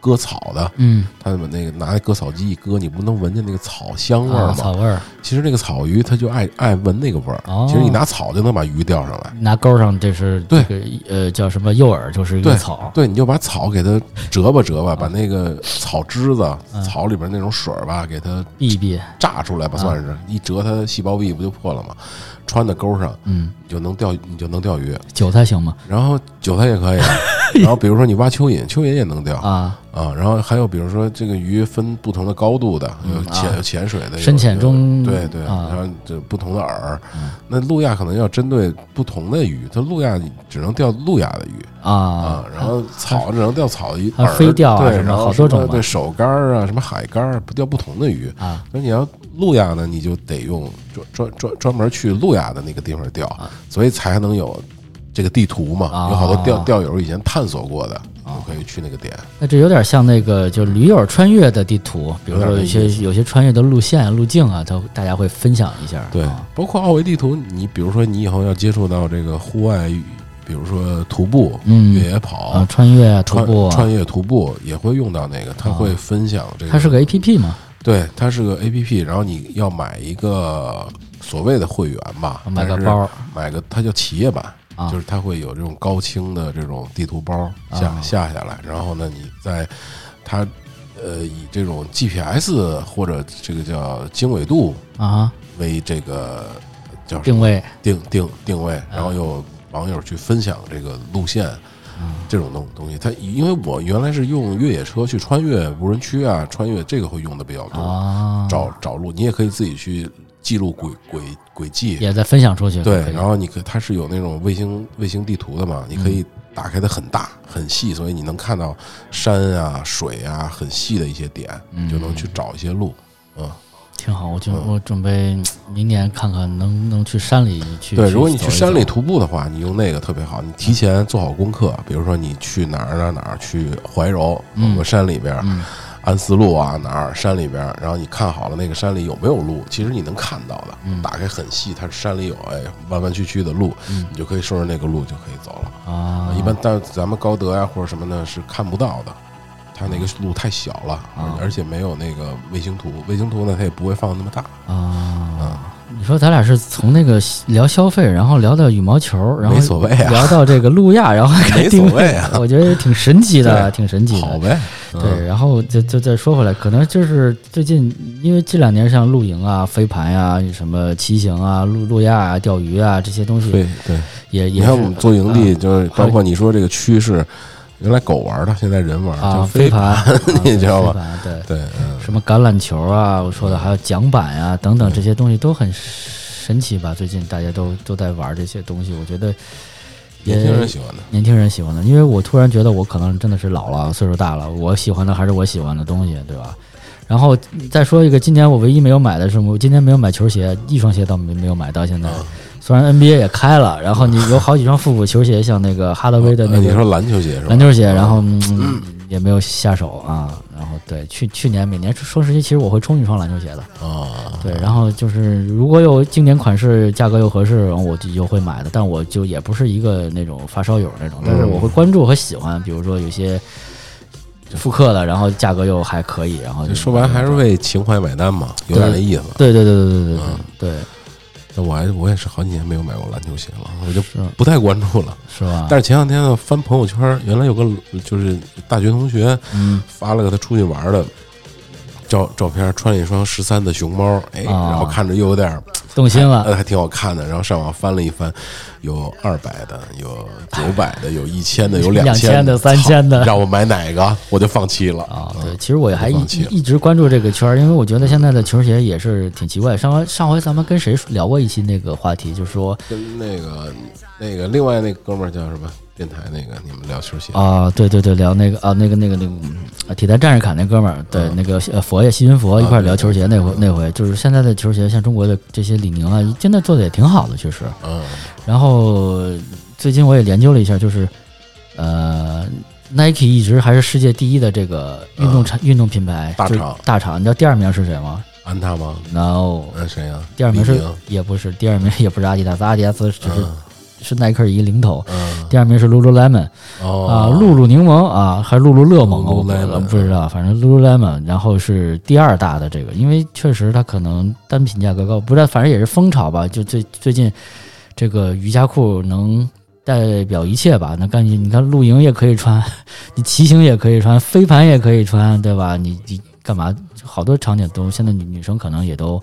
A: 割草的，
B: 嗯，
A: 他们那个拿割草机一割，你不能闻见那个草香味儿
B: 啊，
A: 吗？
B: 草味儿，
A: 其实那个草鱼它就爱爱闻那个味儿。
B: 哦
A: 其实你拿草就能把鱼钓上来，
B: 拿钩上这是
A: 对
B: 这个呃叫什么诱饵，就是一个
A: 对
B: 草，
A: 对，你就把草给它折吧折吧，
B: 嗯
A: 把那个草枝子、
B: 嗯
A: 草里边那种水儿吧，给它
B: 避一避，
A: 炸出来吧，
B: 嗯
A: 算是一折，它细胞壁不就破了吗？穿在钩上，
B: 嗯，
A: 你就能钓，你就能钓鱼。
B: 韭菜行吗？
A: 然后韭菜也可以，啊
B: <laughs>
A: 然后比如说你挖蚯蚓，蚯蚓也能钓
B: 啊，
A: 啊。然后还有比如说这个鱼分不同的高度的，有
B: 嗯
A: 潜
B: 啊
A: 有潜水的，有
B: 深浅中
A: 有对对，
B: 啊
A: 然后这不同的饵
B: 嗯。
A: 那路亚可能要针对不同的鱼，它路亚只能钓路亚的鱼
B: 啊
A: 啊，，然后草只能钓草的鱼，
B: 还
A: 饵
B: 飞钓啊
A: 对，
B: 什么
A: 然后
B: 好多
A: 什么
B: 种嘛
A: 对手竿儿啊，什么海竿儿，不钓不同的鱼。
B: 啊，
A: 那你要路亚呢，你就得用专专专专门去路亚的那个地方钓，所以才能有这个地图嘛。
B: 啊啊
A: 有好多钓钓友以前探索过的，你就可以去那个点。
B: 那这有点像那个就驴友穿越的地图，比如说有些
A: 有点那意思
B: 有些穿越的路线路径啊，它大家会分享一下。
A: 对
B: 啊，
A: 包括奥维地图，你比如说你以后要接触到这个户外，比如说徒步、
B: 嗯
A: 越野跑、
B: 啊，穿越啊，徒
A: 穿
B: 步啊
A: 穿，越徒步也会用到那个，它
B: 啊
A: 会分享这个。
B: 它是个 A P P 嘛，
A: 对，它是个 A P P，然后你要买一个所谓的会员吧，
B: 买个
A: 但是
B: 包
A: 买个它叫企业版，
B: 啊
A: 就是它会有这种高清的这种地图包下、
B: 啊
A: 下下来，然后呢，你在它呃以这种 GPS 或者这个叫经纬度
B: 啊，
A: 为这个叫什么
B: 定啊位
A: 定定定位，然后有网友去分享这个路线。
B: 啊
A: 这种东东西，它因为我原来是用越野车去穿越无人区啊，穿越这个会用的比较多。
B: 啊，
A: 找找路，你也可以自己去记录轨轨轨迹。
B: 也在分享出去。
A: 对
B: 可，以
A: 然后你可它是有那种卫星卫星地图的嘛，你可
B: 嗯
A: 以打开的很大很细，所以你能看到山啊、水啊很细的一些点，
B: 嗯
A: 你就能去找一些路。嗯，
B: 挺好，我就我准备明年看看能能去山里去。
A: 对，如果你去
B: 走一
A: 山里
B: 走
A: 徒步的话，你用那个特别好，你提前做好功课，比如说你去哪儿哪儿哪儿，去怀柔
B: 嗯
A: 某个山里边儿，安思路啊哪儿山里边儿，然后你看好了那个山里有没有路，其实你能看到的，
B: 嗯
A: 打开很细，它是山里有哎弯弯曲曲的路，你就可以顺着那个路就可以走了。
B: 嗯啊，
A: 一般但咱们高德呀、或者什么的是看不到的。它那个路太小了，
B: 啊
A: 而而且没有那个卫星图，卫星图呢它也不会放那么大。
B: 啊，你说咱俩是从那个聊消费，然后聊到羽毛球，然后
A: 没所谓啊
B: 聊到这个路亚，然后
A: <laughs>
B: 还
A: 没
B: 定
A: 所
B: <laughs>
A: 谓啊
B: 位我觉得挺神奇的，
A: 对
B: 挺神奇
A: 好啊
B: 的。
A: 呗，嗯
B: 对，然后就就再说回来，可能就是最近，因为这两年像露营啊、飞盘啊、什么骑行啊、路路亚啊、钓鱼啊这些东西
A: 对对。
B: 也，也
A: 你
B: 也
A: 看
B: 是啊
A: 我们做营地，就是包括你说这个趋势，原来狗玩的，现在人玩
B: 啊
A: 叫
B: 飞盘，
A: <laughs>
B: 啊
A: 你知道
B: 飞
A: 吗？
B: 盘对，
A: 对，嗯
B: 什么橄榄球啊，我说的还有桨板啊等等这些东西都很神奇吧？最近大家都都在玩这些东西，我觉得也
A: 年轻人喜欢的。
B: 年轻人喜欢的，因为我突然觉得我可能真的是老了，岁数大了，我喜欢的还是我喜欢的东西，对吧？然后再说一个，今年我唯一没有买的是什么？我今年没有买球鞋，一双鞋倒没没有买到现在。虽然 NBA 也开了，然后你有好几双复古球鞋，像那个哈德威的那
A: 呃你
B: 个
A: 说篮球鞋是吧？
B: 篮球鞋，然后嗯也没有下手啊。然后对，去去年每年双十一其实我会冲一双篮球鞋的，
A: 啊，
B: 对。然后就是如果有经典款式，价格又合适，然后我就又会买的。但我就也不是一个那种发烧友那种，
A: 嗯
B: 但是我会关注和喜欢，比如说有些复刻的，然后价格又还可以，然后
A: 这
B: 就
A: 说白了还是为情怀买单嘛，有点那意思。
B: 对对对对对对对对，
A: 嗯那我还我也是好几年没有买过篮球鞋了，我就不太关注了。
B: 是吧？
A: 但是前两天呢，翻朋友圈，原来有个就是大学同学
B: 嗯
A: 发了个他出去玩的照照片，穿了一双十三的熊猫，哎，
B: 啊
A: 然后看着又有点
B: 动心了
A: 呃，还挺好看的。然后上网翻了一翻，有二百的，有九百的，有一千的，有
B: 2000
A: 千
B: 的3000的
A: 让我买哪个我就放弃了
B: 啊、
A: 嗯
B: 对，其实我还
A: 不
B: 一
A: 放弃了
B: 一直关注这个圈儿，因为我觉得现在的球鞋也是挺奇怪。上回上回咱们跟谁聊过一期那个话题，就是说
A: 跟那个那个另外那哥们儿叫什么电台那个，你们聊球鞋
B: 啊，对对对，聊那个啊，那个那个那个嗯啊，铁蛋战士卡那哥们儿，
A: 嗯
B: 对，那个呃佛爷西云
A: 啊
B: 佛一块儿聊球鞋那回那回，就是现在的球鞋，像中国的这些李宁啊，真的做的也挺好的，确实。
A: 嗯，
B: 然后最近我也研究了一下，就是呃，Nike 一直还是世界第一的这个运动产、运动品牌
A: 啊大
B: 就是
A: 厂
B: 大厂，你知道第二名是谁吗
A: 安踏吗？ <laughs>
B: ？No，
A: 那谁呀？
B: 第二名
A: 李
B: 是
A: 宁
B: 也不是，第二名也不是阿迪达斯，阿迪达斯只是、
A: 嗯
B: 是耐克一个零头，
A: 嗯
B: 第二名是 Lululemon 啊，
A: 哦，
B: 露露柠檬啊，还是露露乐檬啊，我不
A: Lululemon
B: 不知道，反正 Lululemon，然后啊是第二大的这个，因为确实它可能单品价格高，不知道，反正也是风潮吧，就最最近这个瑜伽裤能。代表一切吧，那干你你看露营也可以穿， <laughs> 你骑行也可以穿，飞盘也可以穿，对吧？你你干嘛？好多场景都现在女女生可能也都，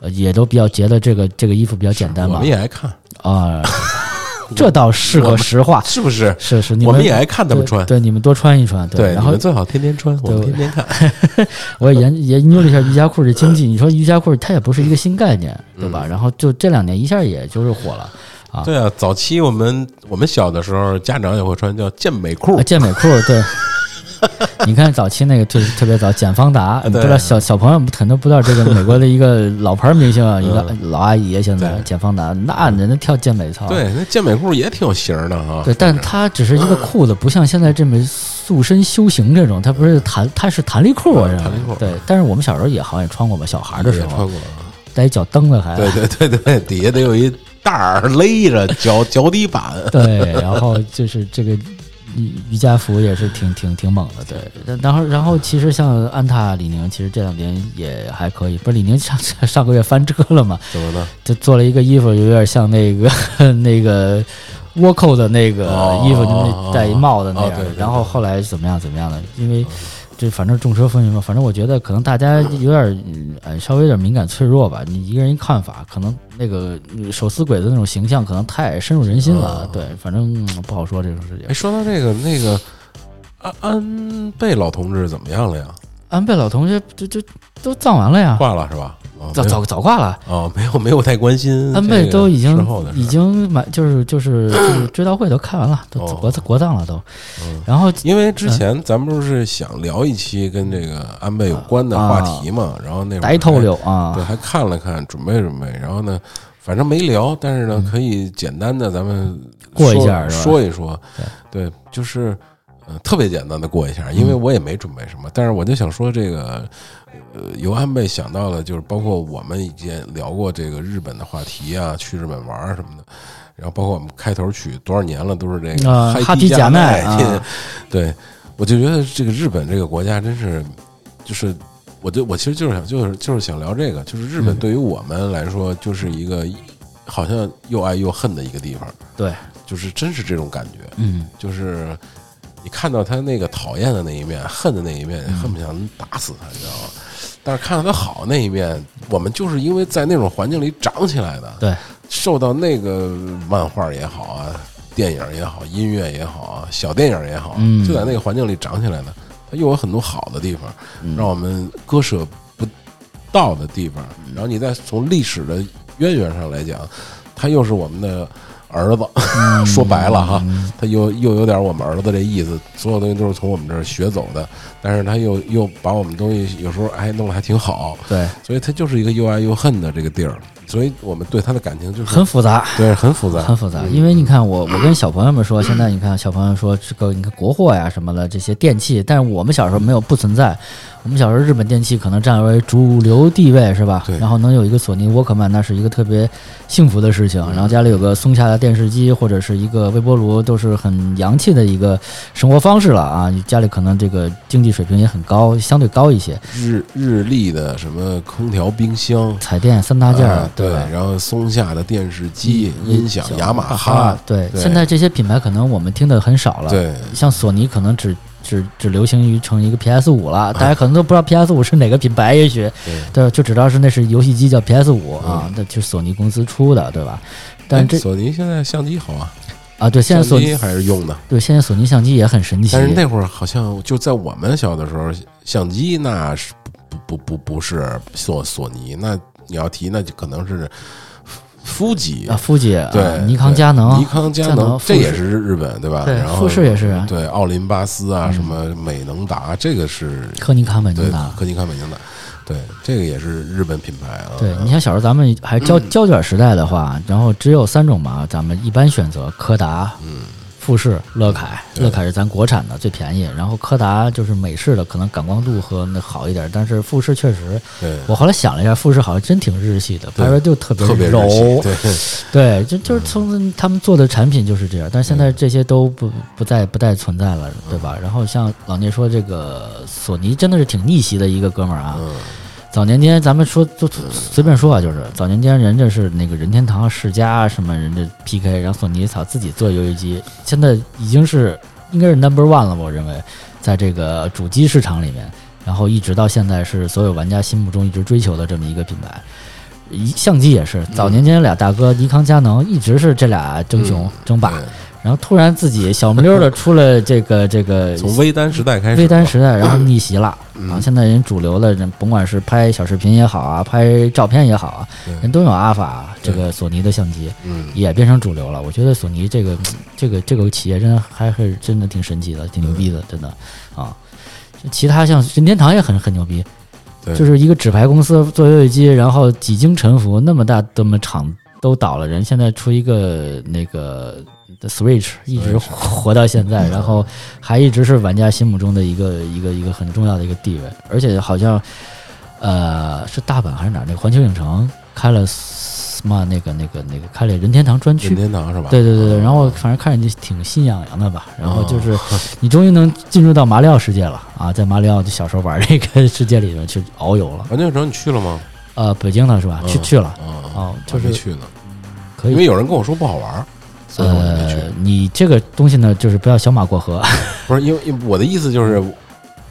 B: 呃，也都比较觉得这个这个衣服比较简单
A: 我
B: 吧
A: 们。也爱看，
B: 啊， <laughs> 这倒是个实话，
A: 是不是？
B: 是是，你
A: 我
B: 们
A: 们也爱看他们穿。
B: 对，对你们多穿一穿，
A: 对，
B: 然
A: 你
B: 后啊
A: 们最好天天穿，我们
B: 对
A: 天天看。
B: 我也研研究了一下瑜伽裤的经济，你说瑜伽裤它也不是一个新概念，对
A: 嗯
B: 吧？然后就这两年一下也就是火了，
A: 对啊，早期
B: 啊
A: 我们我们小的时候，家长也会穿叫健美裤
B: 啊，健美裤对。你看早期那个特特别早，简方达，你不知
A: 啊对
B: 道小小朋友们很多不知道这个美国的一个老牌明星啊，一个老阿姨啊，现在
A: 嗯对
B: 简方达，那人家跳健美操，
A: 对，那健美裤也挺有型儿的哈。
B: 对，但它只是一个裤子，不像现在这么塑身修行这种，它不是弹，它是弹力裤啊，
A: 嗯
B: 这样
A: 弹力裤
B: 对，但是我们小时候也好像也穿过吧，小孩儿的
A: 也
B: 时
A: 穿
B: 候啊
A: 过，
B: 带一脚蹬子还。
A: 对对对对，底下得有一带儿勒着脚脚底板，
B: <laughs> 对，然后就是这个瑜瑜伽服也是挺挺挺猛的，对。然然后然后其实像安踏、李宁，其实这两年也还可以。不是李宁上上上个月翻车了嘛，
A: 怎么呢？
B: 就做了一个衣服，有点像那个 <laughs> 那个倭寇的那个
A: 哦
B: 衣服，就是戴一帽子那样。
A: 哦对对对
B: 然后后来怎么样怎么样的，因为。这反正众说纷纭嘛，反正我觉得可能大家有点嗯呃稍微有点敏感脆弱吧。你一个人一看法，可能那个嗯手撕鬼的那种形象可能太深入人心了。
A: 嗯
B: 对，反正嗯不好说这种事情
A: 哎，。说到这个，那个安安倍老同志怎么样了呀？
B: 安倍老同学这这都葬完了呀，
A: 挂了是吧？哦
B: 早早早挂了。
A: 没有哦，没有没有太关心
B: 安
A: 嗯这
B: 倍
A: 个
B: 都已
A: 事
B: 经
A: 后的事
B: 已经满就是就是
A: <clears throat>
B: 就是追悼会都开完了，都
A: 哦
B: 国国葬了都
A: 嗯。
B: 然后
A: 因为之前咱们不是想聊一期跟这个安倍有关
B: 啊
A: 的话题嘛，然后那会儿
B: 呆透溜啊
A: 对，，还看了看，准备准备，然后呢，反正没聊，但是呢，可以简单的咱们
B: 嗯过一
A: 说
B: 下是吧
A: 说一说，对，就是呃特别简单的过一下，
B: 嗯
A: 因为我也没准备什么，但是我就想说这个，呃，由安倍想到了，就是包括我们以前聊过这个日本的话题啊，去日本玩儿什么的。然后包括我们开头曲多少年了，都是这
B: 啊
A: 个
B: 哈
A: 迪
B: 迪
A: 加
B: 加奈
A: 这个
B: 啊
A: <laughs> 对，我就觉得这个日本这个国家真是，就是我就我其实就是想就是就是想聊这个，就是日本
B: 嗯
A: 对于我们来说就是一个好像又爱又恨的一个地方，
B: 对，
A: 就是真是这种感觉，
B: 嗯，
A: 就是你看到他那个讨厌的那一面、恨的那一面，恨不想打死他，你知道吗？但是看到他好那一面，我们就是因为在那种环境里长起来的，
B: 对，
A: 受到那个漫画也好啊，电影也好，音乐也好啊，小电影也好啊，
B: 嗯
A: 就在那个环境里长起来的，它又有很多好的地方，让我们割舍不到的地方。然后你再从历史的渊源上来讲，它又是我们的儿子， <laughs> 说白了哈，它又又有点我们儿子这意思，所有东西都是从我们这儿学走的，但是它又又把我们东西有时候哎弄得还挺好，
B: 对，
A: 所以它就是一个又爱又恨的这个地儿，所以我们对它的感情就是
B: 很复杂。
A: 对，很复杂，
B: 很复杂，因为你看我，我跟小朋友们说，现在你看小朋友说这个，你看国货呀什么的这些电器，但是我们小时候没有不存在，我们小时候日本电器可能占为主流地位是吧
A: 对？
B: 然后能有一个索尼沃克曼，那是一个特别幸福的事情。然后家里有个松下的电视机或者是一个微波炉，都是很洋气的一个生活方式了啊。你家里可能这个经济水平也很高，相对高一些，
A: 日日立的什么空调、冰箱。
B: 彩电三大件儿、
A: 啊对，
B: 吧？
A: 然后松下的电视机、
B: 嗯
A: 音响、雅马哈
B: 哈，，啊对，
A: 对
B: 现在这些品牌可能我们听的很少了。
A: 对，
B: 像索尼可能只只只流行于成一个 PS 五了，大家可能都不知道 PS 五是哪个品牌，也许
A: 哎对嗯
B: 对，就只知道是那是游戏机叫 PS 五啊，那就是索尼公司出的，对吧？但这
A: 哎索尼现在相机好啊，
B: 啊，对，现在索
A: 相机
B: 尼
A: 还是用的，
B: 对现在索尼相机也很神奇，
A: 但是那会儿好像就在我们小的时候，相机那是不不不不是索索尼，那你要提那就可能是夫吉
B: 啊，，富姐，
A: 对
B: 啊，尼康、
A: 对
B: 佳能
A: 尼，康、佳
B: 佳能
A: 这
B: 富
A: 也
B: 士
A: 是日本对吧？
B: 对
A: 然后
B: 富士也是啊
A: 对奥林巴斯啊，
B: 嗯
A: 什么美能达，这个是
B: 科尼卡、美
A: 对
B: 尼达。
A: 科技康美能达，对，这个也是日本品牌啊。嗯
B: 对，你像小时候咱们还胶胶卷时代的话，然后只有三种嘛，咱们一般选择柯达、嗯、富士、乐凯。
A: 对
B: 乐凯是咱国产的最便宜，然后柯达就是美式的，可能感光度和那好一点，但是富士确实，
A: 对，
B: 我后来想了一下，富士好像真挺日系的，
A: 对
B: 拍出来就特别
A: 特别日
B: 柔，
A: 系对，
B: <laughs>
A: 嗯
B: 对，就就是从他们做的产品就是这样，但是现在这些都不不再不再存在了，对
A: 嗯
B: 吧？然后像老聂说，这个索尼真的是挺逆袭的一个哥们儿
A: 嗯
B: 啊。早年间咱们说就随便说啊，就是早年间人家是那个任天堂、世嘉什么人家 PK，然后索尼草自己做游戏机，现在已经是应该是 number one 了，我认为在这个主机市场里面，然后一直到现在是所有玩家心目中一直追求的这么一个品牌。一相机也是，早年间俩大哥尼康、佳能一直是这俩争雄、争霸，然后突然自己小不溜的出了这个这个
A: 从微单时代开始吧，嗯
B: 微单时代，然后逆袭
A: <clears throat>
B: 了。然后现在人主流的人，甭管是拍小视频也好啊，拍照片也好啊，人都有阿法啊这个索尼的相机，
A: 嗯，
B: 也变成主流了。我觉得索尼这个这个这个企业真的还是真的挺神奇的，挺牛逼的，真的啊。其他像任天堂也很很牛逼，
A: 对，
B: 就是一个纸牌公司做游戏机，然后几经沉浮，那么大这么厂都倒了，人现在出一个那个 Switch，一直
A: Switch
B: 活到现在，然后还一直是玩家心目中的一个一个一个很重要的一个地位，而且好像呃是大阪还是哪儿那个环球影城开了 Smart 那个那个那个开了任天堂专区
A: 任，天堂是吧？
B: 对对对对，
A: 嗯
B: 然后反正看着就挺心痒痒的吧，然后
A: 哦 <laughs>
B: 就是 <laughs> 你终于能进入到马里奥世界了啊，在马里奥就小时候玩这个世界里面去遨游了。
A: 环球影城你去了吗？
B: 呃，北京的是吧？去
A: 嗯
B: 去了，
A: 啊，
B: 哦，就
A: 我还没
B: 是
A: 去呢，
B: 可
A: 因为
B: 以。
A: 有人跟我说不好玩儿，所以我就没去。嗯
B: 呃，你这个东西呢，就是不要小马过河
A: 不是因为因为我的意思就是，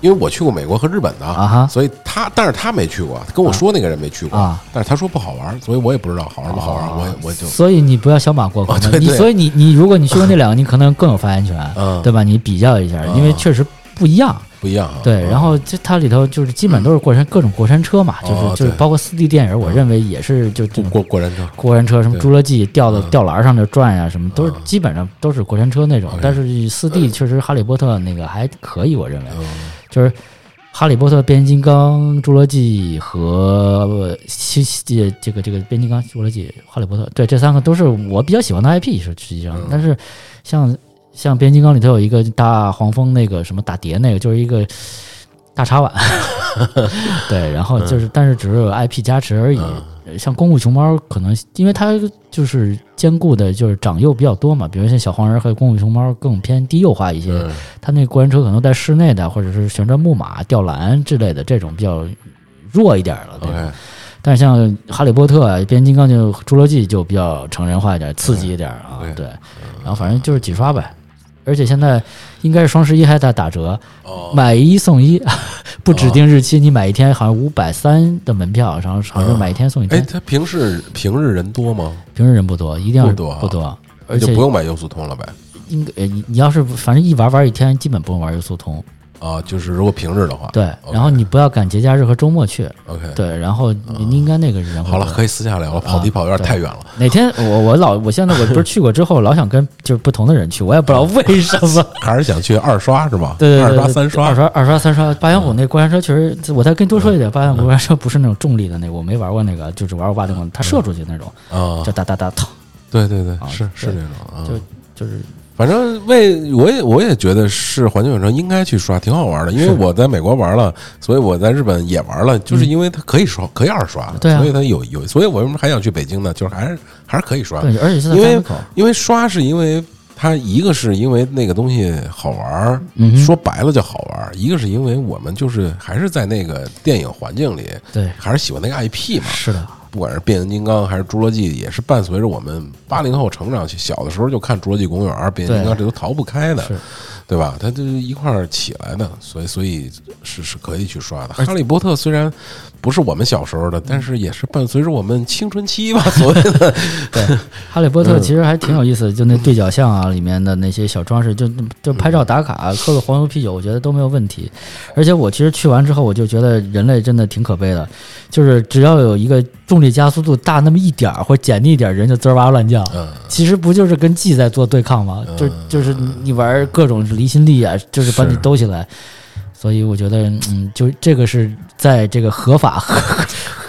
A: 因为我去过美国和日本的
B: <laughs> 啊哈
A: 所以他但是他没去过，跟我说那个人没去过，
B: 啊。
A: 但是他说不好玩儿，所以我也不知道好玩不好玩儿，
B: 啊
A: 我也我就
B: 所以你不要小马过河
A: 啊
B: 嘛。
A: 对
B: 你
A: 对
B: 所以你你如果你去过
A: <laughs>
B: 那两个，你可能更有发言权，
A: 嗯
B: 对吧？你比较一下，因为
A: 啊
B: 确实不一样。
A: 不一样啊。
B: 对，
A: 嗯
B: 然后这它里头就是基本都是过山各种过山车嘛，就是
A: 哦
B: 就是
A: 对
B: 包括四 D 电影，我认为也是就
A: 过
B: 就
A: 过过山车，
B: 过山车，什么
A: 对
B: 侏罗纪掉到
A: 嗯
B: 吊篮上就转呀，什么都是
A: 嗯
B: 基本上都是过山车那种
A: OK。呃
B: 但是四 D 确实《哈利波特》那个还可以，我认为
A: 嗯
B: 就是《哈利波特》、变形金刚、侏罗纪和呃西西这个这个变形金刚、侏罗纪、哈利波特，对这三个都是我比较喜欢的 IP，是实际上
A: 嗯。
B: 但是像像变形金刚里头有一个大黄蜂那个什么打碟那个，就是一个大茶碗， <laughs> 对，然后就是但是只是有 IP 加持而已。
A: 嗯
B: 像公务熊猫，可能因为它就是兼顾的，就是长幼比较多嘛。比如像小黄人和公务熊猫更偏低幼化一些，
A: 嗯
B: 它那过山车可能在室内的，或者是旋转木马、吊篮之类的这种比较弱一点了。对吧
A: ，OK，
B: 但是像哈利波特、啊、变形金刚就侏罗纪就比较成人化一点、刺激一点啊。
A: 对
B: 对，
A: 嗯
B: 然后反正就是几刷呗。而且现在应该是双十一还在打折，
A: 哦，
B: 买一送一， <laughs> 不指定日期，你买一天好像五百三的门票，然后好像是买一天送一
A: 哎，
B: 天。
A: 他平时平日人多吗？
B: 平时人不多，一定要是
A: 不多啊
B: 不多，
A: 那
B: 而
A: 就
B: 且
A: 不用买优速通了呗。
B: 应该呃你你要是反正一玩玩一天，基本不用玩游速通。
A: 啊，就是如果平日的话，
B: 对，然后你不要赶节假日和周末去，
A: ，OK，
B: 对，啊然后你你应该那个人
A: 嗯
B: 会
A: 好了，
B: 多
A: 可以私下聊了，跑题跑得有点太远了。
B: 哪天我我老我现在我不是去过之后，老想跟就是不同的人去，我也不知道为什
A: <laughs>
B: 么。
A: 还是想去二刷是吧？
B: 对对对，
A: 二
B: 对
A: 刷三
B: 二
A: 刷，嗯
B: 刷二刷三刷。八元虎那过山车确实，我再跟你多说一点，八元虎过山车不是那种重力的那个，我没玩过那个，就只玩过挖地光，它射出去那种，
A: 嗯啊
B: 就，哒哒哒哒，
A: 对对对，
B: 啊
A: 是是
B: 对
A: 那种啊。
B: 就就是
A: 反正为我也我也觉得是环球影城应该去刷，挺好玩的。因为
B: 是
A: 我在美国玩了，所以我在日本也玩了，就是因为它可以刷，可以二刷，
B: 对啊
A: 所以它有有，所以我为什么还想去北京呢？就是还是还是可以刷，
B: 对，而且是在
A: 啊因为
B: 家门口，
A: 因为刷是因为它一个是因为那个东西好玩儿，
B: 嗯哼
A: 说白了就好玩儿；一个是因为我们就是还是在那个电影环境里，
B: 对，
A: 还是喜欢那个 IP 嘛，
B: 是的，
A: 不管是变形金刚还是侏罗纪，也是伴随着我们八零后成长。小的时候就看侏罗纪公园、变形金刚，这都逃不开的
B: 是，
A: 对吧？它就是一块儿起来的，所以所以是是可以去刷的。哈利波特虽然不是我们小时候的，但是也是伴随着我们青春期吧，所谓的
B: 对，《哈利
A: 嗯
B: 波特》其实还挺有意思，就那对角巷啊里面的那些小装饰，就就
A: 嗯
B: 拍照打卡，喝个黄油啤酒，我觉得都没有问题。而且我其实去完之后，我就觉得人类真的挺可悲的，就是只要有一个重力加速度大那么一点儿或减那一点儿，人就滋儿哇乱叫。
A: 嗯
B: 其实不就是跟 G 在做对抗吗？就就是你玩各种离心力啊，就是把你
A: 是
B: 兜起来。所以我觉得，嗯，就这个是在这个合法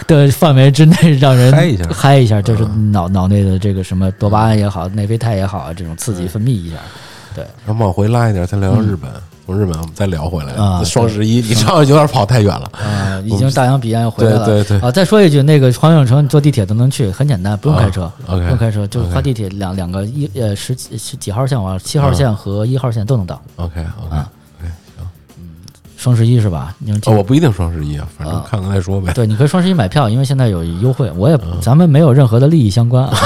B: 的范围之内，让人
A: 嗨一下嗯
B: 嗨一下，就是脑脑内的这个什么多巴胺也好，内啡肽也好，啊这种刺
A: 嗯
B: 激分泌一下。
A: 然后往回拉一点，再聊聊日本。嗯从日本我们再聊回来，
B: 啊
A: 双十一，你知道有点跑太远了。
B: 啊，已经大洋彼岸回来了。
A: 对对对啊
B: 啊，再说一句，那个环球影城你坐地铁都能去，很简单，不用开车，
A: OK，
B: 不用开车，就是花
A: OK 啊
B: 地铁两两个一呃十几十几号线往七号线和一号线都能到。
A: OK OK，
B: 啊双十一是吧？你们记
A: 哦，我不一定双十一啊，反正看看再说呗。
B: 对，你可以双十一买票，因为现在有优惠。我也
A: 嗯
B: 咱们没有任何的利益相
A: <laughs>
B: 关啊，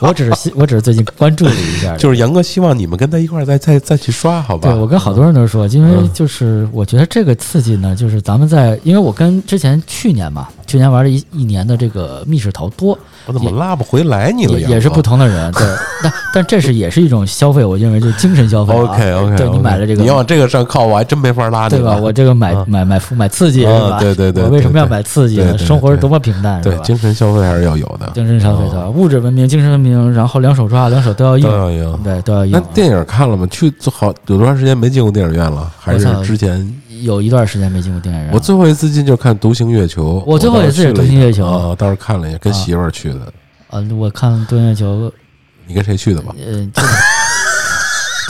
B: 我只是希我只是最近关注了一
A: <laughs>
B: 下。
A: 就是杨哥希望你们跟他一块儿再再再去刷，好吧？
B: 对我跟好多人
A: 嗯
B: 都说，因为就是我觉得这个刺激呢，就是咱们在，因为我跟之前去年嘛，去年玩了一一年的这个密室逃脱，
A: 我怎么拉不啊回来你了？
B: 也也是不同的人，
A: <laughs>
B: 对，但但这是也是一种消费，我认为就是精神消费、啊。
A: OK 哦 OK，
B: 对你买了这个，
A: 你往这个上靠，我还真没法拉你，
B: 对
A: <laughs>
B: 吧？我这个买买买买刺激，
A: 啊、对,对,对,对对对，
B: 我为什么要买刺激呢？生活是多么平淡，
A: 对，精神消费还是要有的，
B: 精神消费的、哦、物质文明、精神文明，然后两手抓，两手都要硬，
A: 都要硬，
B: 对，都要硬。
A: 那电影看了吗？去好有多长时间没进过电影院了？还是之前？
B: 有一段时间没进过电影啊院。
A: 我最后一次进就看《独行月球》，
B: 我最后一次也《独行月球》
A: 啊，当时看了一下，跟媳妇儿去的。
B: 啊，我看《独行月球》，
A: 你跟谁去的吧？<laughs>
B: 嗯、呃，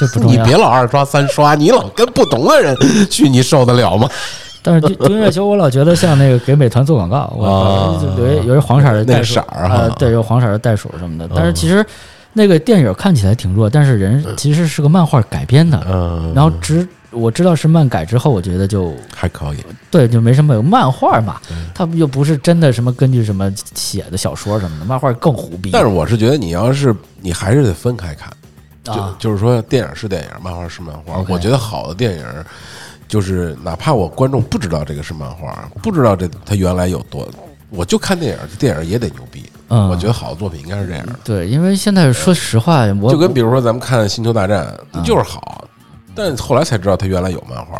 B: 这不重
A: 要。你别老二刷三刷，你老跟不懂的人 <laughs> 去，你受得了吗？<laughs>
B: 但是《独行月球》，我老觉得像那个给美团做广告，我有有一黄色的袋鼠
A: 啊、
B: 呃，对，有黄色的袋鼠什么的。但是
A: 嗯
B: 其实。那个电影看起来挺弱，但是人其实是个漫画改编的，
A: 嗯、
B: 然后直我知道是漫改之后，我觉得就
A: 还可以，
B: 对，就没什么有漫画嘛，
A: 嗯
B: 它又不是真的什么根据什么写的小说什么的，漫画更胡逼。
A: 但是我是觉得你要是你还是得分开看，就、
B: 啊、
A: 就是说电影是电影，漫画是漫画。
B: Okay,
A: 我觉得好的电影就是哪怕我观众不知道这个是漫画，不知道这它原来有多。我就看电影，电影也得牛逼。
B: 嗯，
A: 我觉得好的作品应该是这样的。
B: 对，因为现在说实话，我
A: 就跟比如说咱们看《星球大战》，就是好，嗯、但后来才知道它原来有漫画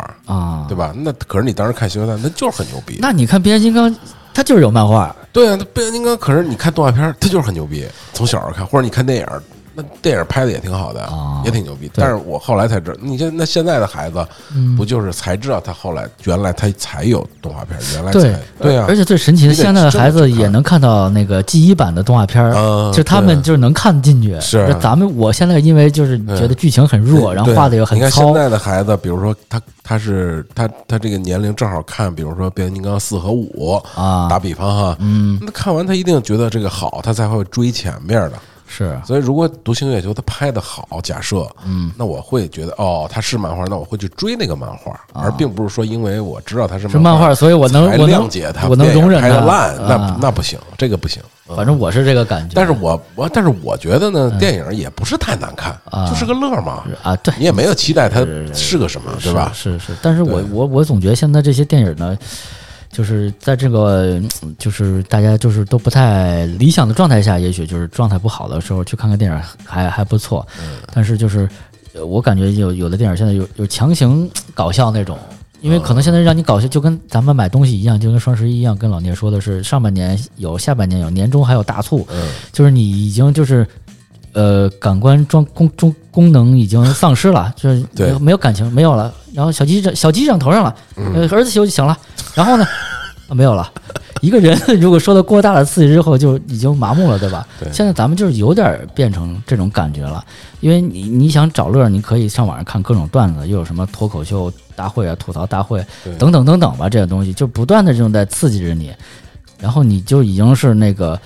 A: 嗯、
B: 啊，
A: 对吧？那可是你当时看《星球大战》，那就是很牛逼。
B: 那你看《变形金刚》，它就是有漫画。
A: 对啊，《变形金刚》可是你看动画片，它就是很牛逼。从小看，或者你看电影，那电影拍的也挺好的，
B: 啊、
A: 也挺牛逼。但是我后来才知道，你现那现在的孩子，
B: 嗯
A: 不就是才知道他后来原来他才有动画片，原来
B: 对
A: 对啊，
B: 而且最神奇的，现在的孩子也能看到那个记忆版的动画片，
A: 嗯、
B: 就他们就是能看进去。
A: 是、啊、
B: 咱们我现在因为就是觉得剧情很弱，然后画的也很糙。
A: 你看现在的孩子，比如说他他是他他这个年龄正好看，比如说《变形金刚》四和五
B: 啊，
A: 打比方哈，
B: 嗯，
A: 那看完他一定觉得这个好，他才会追前面的。
B: 是，
A: 所以如果《独行月球》它拍的好，假设，
B: 嗯，
A: 那我会觉得哦，它是漫画，那我会去追那个漫画，
B: 啊、
A: 而并不是说因为我知道它是
B: 是漫
A: 画，
B: 所以我能我能
A: 谅解它，
B: 我能容忍
A: 它烂，
B: 啊、
A: 那那不行，这个不行。嗯、
B: 反正我是这个感觉，
A: 但是我我但是我觉得呢，电影也不是太难看，
B: 嗯啊、
A: 就是个乐嘛
B: 啊，对
A: 你也没有期待它是个什么，对吧？
B: 是是，但是我我我总觉得现在这些电影呢。就是在这个，就是大家就是都不太理想的状态下，也许就是状态不好的时候去看看电影还还不错。
A: 嗯
B: 但是就是我感觉有有的电影现在有有强行搞笑那种，因为可能现在让你搞笑，就跟咱们买东西一样，就跟双十一一样，跟老聂说的是上半年有，下半年有，年终还有大促，就是你已经就是。呃，感官装功功功能已经丧失了，就是没有感情没有了。然后小鸡长小鸡长头上了，呃，儿子休就行了。然后呢，啊没有了。一个人 <laughs> 如果受到过大的刺激之后，就已经麻木了，对吧？
A: 对
B: 现在咱们就是有点变成这种感觉了，因为你你想找乐，你可以上网上看各种段子，又有什么脱口秀大会啊、吐槽大会等等等等吧，这些东西就不断的这种在刺激着你，然后你就已经是那个。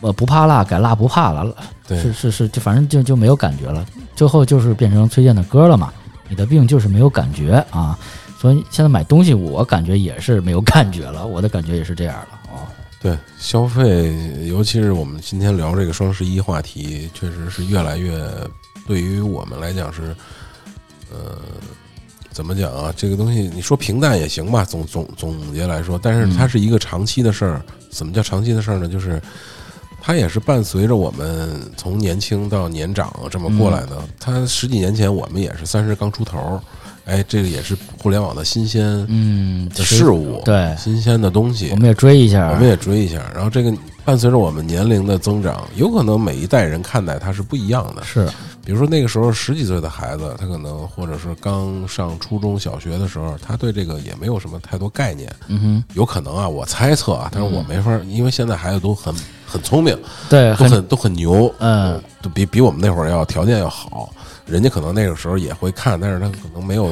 B: 我不怕辣，改辣不怕了，是是是，就反正就就没有感觉了。最后就是变成崔健的歌了嘛，你的病就是没有感觉啊。所以现在买东西，我感觉也是没有感觉了，我的感觉也是这样
A: 嗯
B: 了啊。
A: 对，消费，尤其是我们今天聊这个双十一话题，确实是越来越对于我们来讲是，呃，怎么讲啊？这个东西你说平淡也行吧，总总总结来说，但是它是一个长期的事儿。怎么叫长期的事儿呢？就是。它也是伴随着我们从年轻到年长这么过来的。
B: 嗯
A: 它十几年前我们也是三十刚出头，哎，这个也是互联网的新鲜
B: 嗯
A: 事物，
B: 对
A: 新鲜的东西，
B: 我们也追一下，
A: 我们也追一下。然后这个伴随着我们年龄的增长，有可能每一代人看待它是不一样的。
B: 是，
A: 比如说那个时候十几岁的孩子，他可能或者是刚上初中小学的时候，他对这个也没有什么太多概念。
B: 嗯哼，嗯
A: 有可能啊，我猜测啊，但是我没法，因为现在孩子都很。很聪明，
B: 对，
A: 都很都很牛，
B: 嗯，
A: 都比比我们那会儿要条件要好。人家可能那个时候也会看，但是他可能没有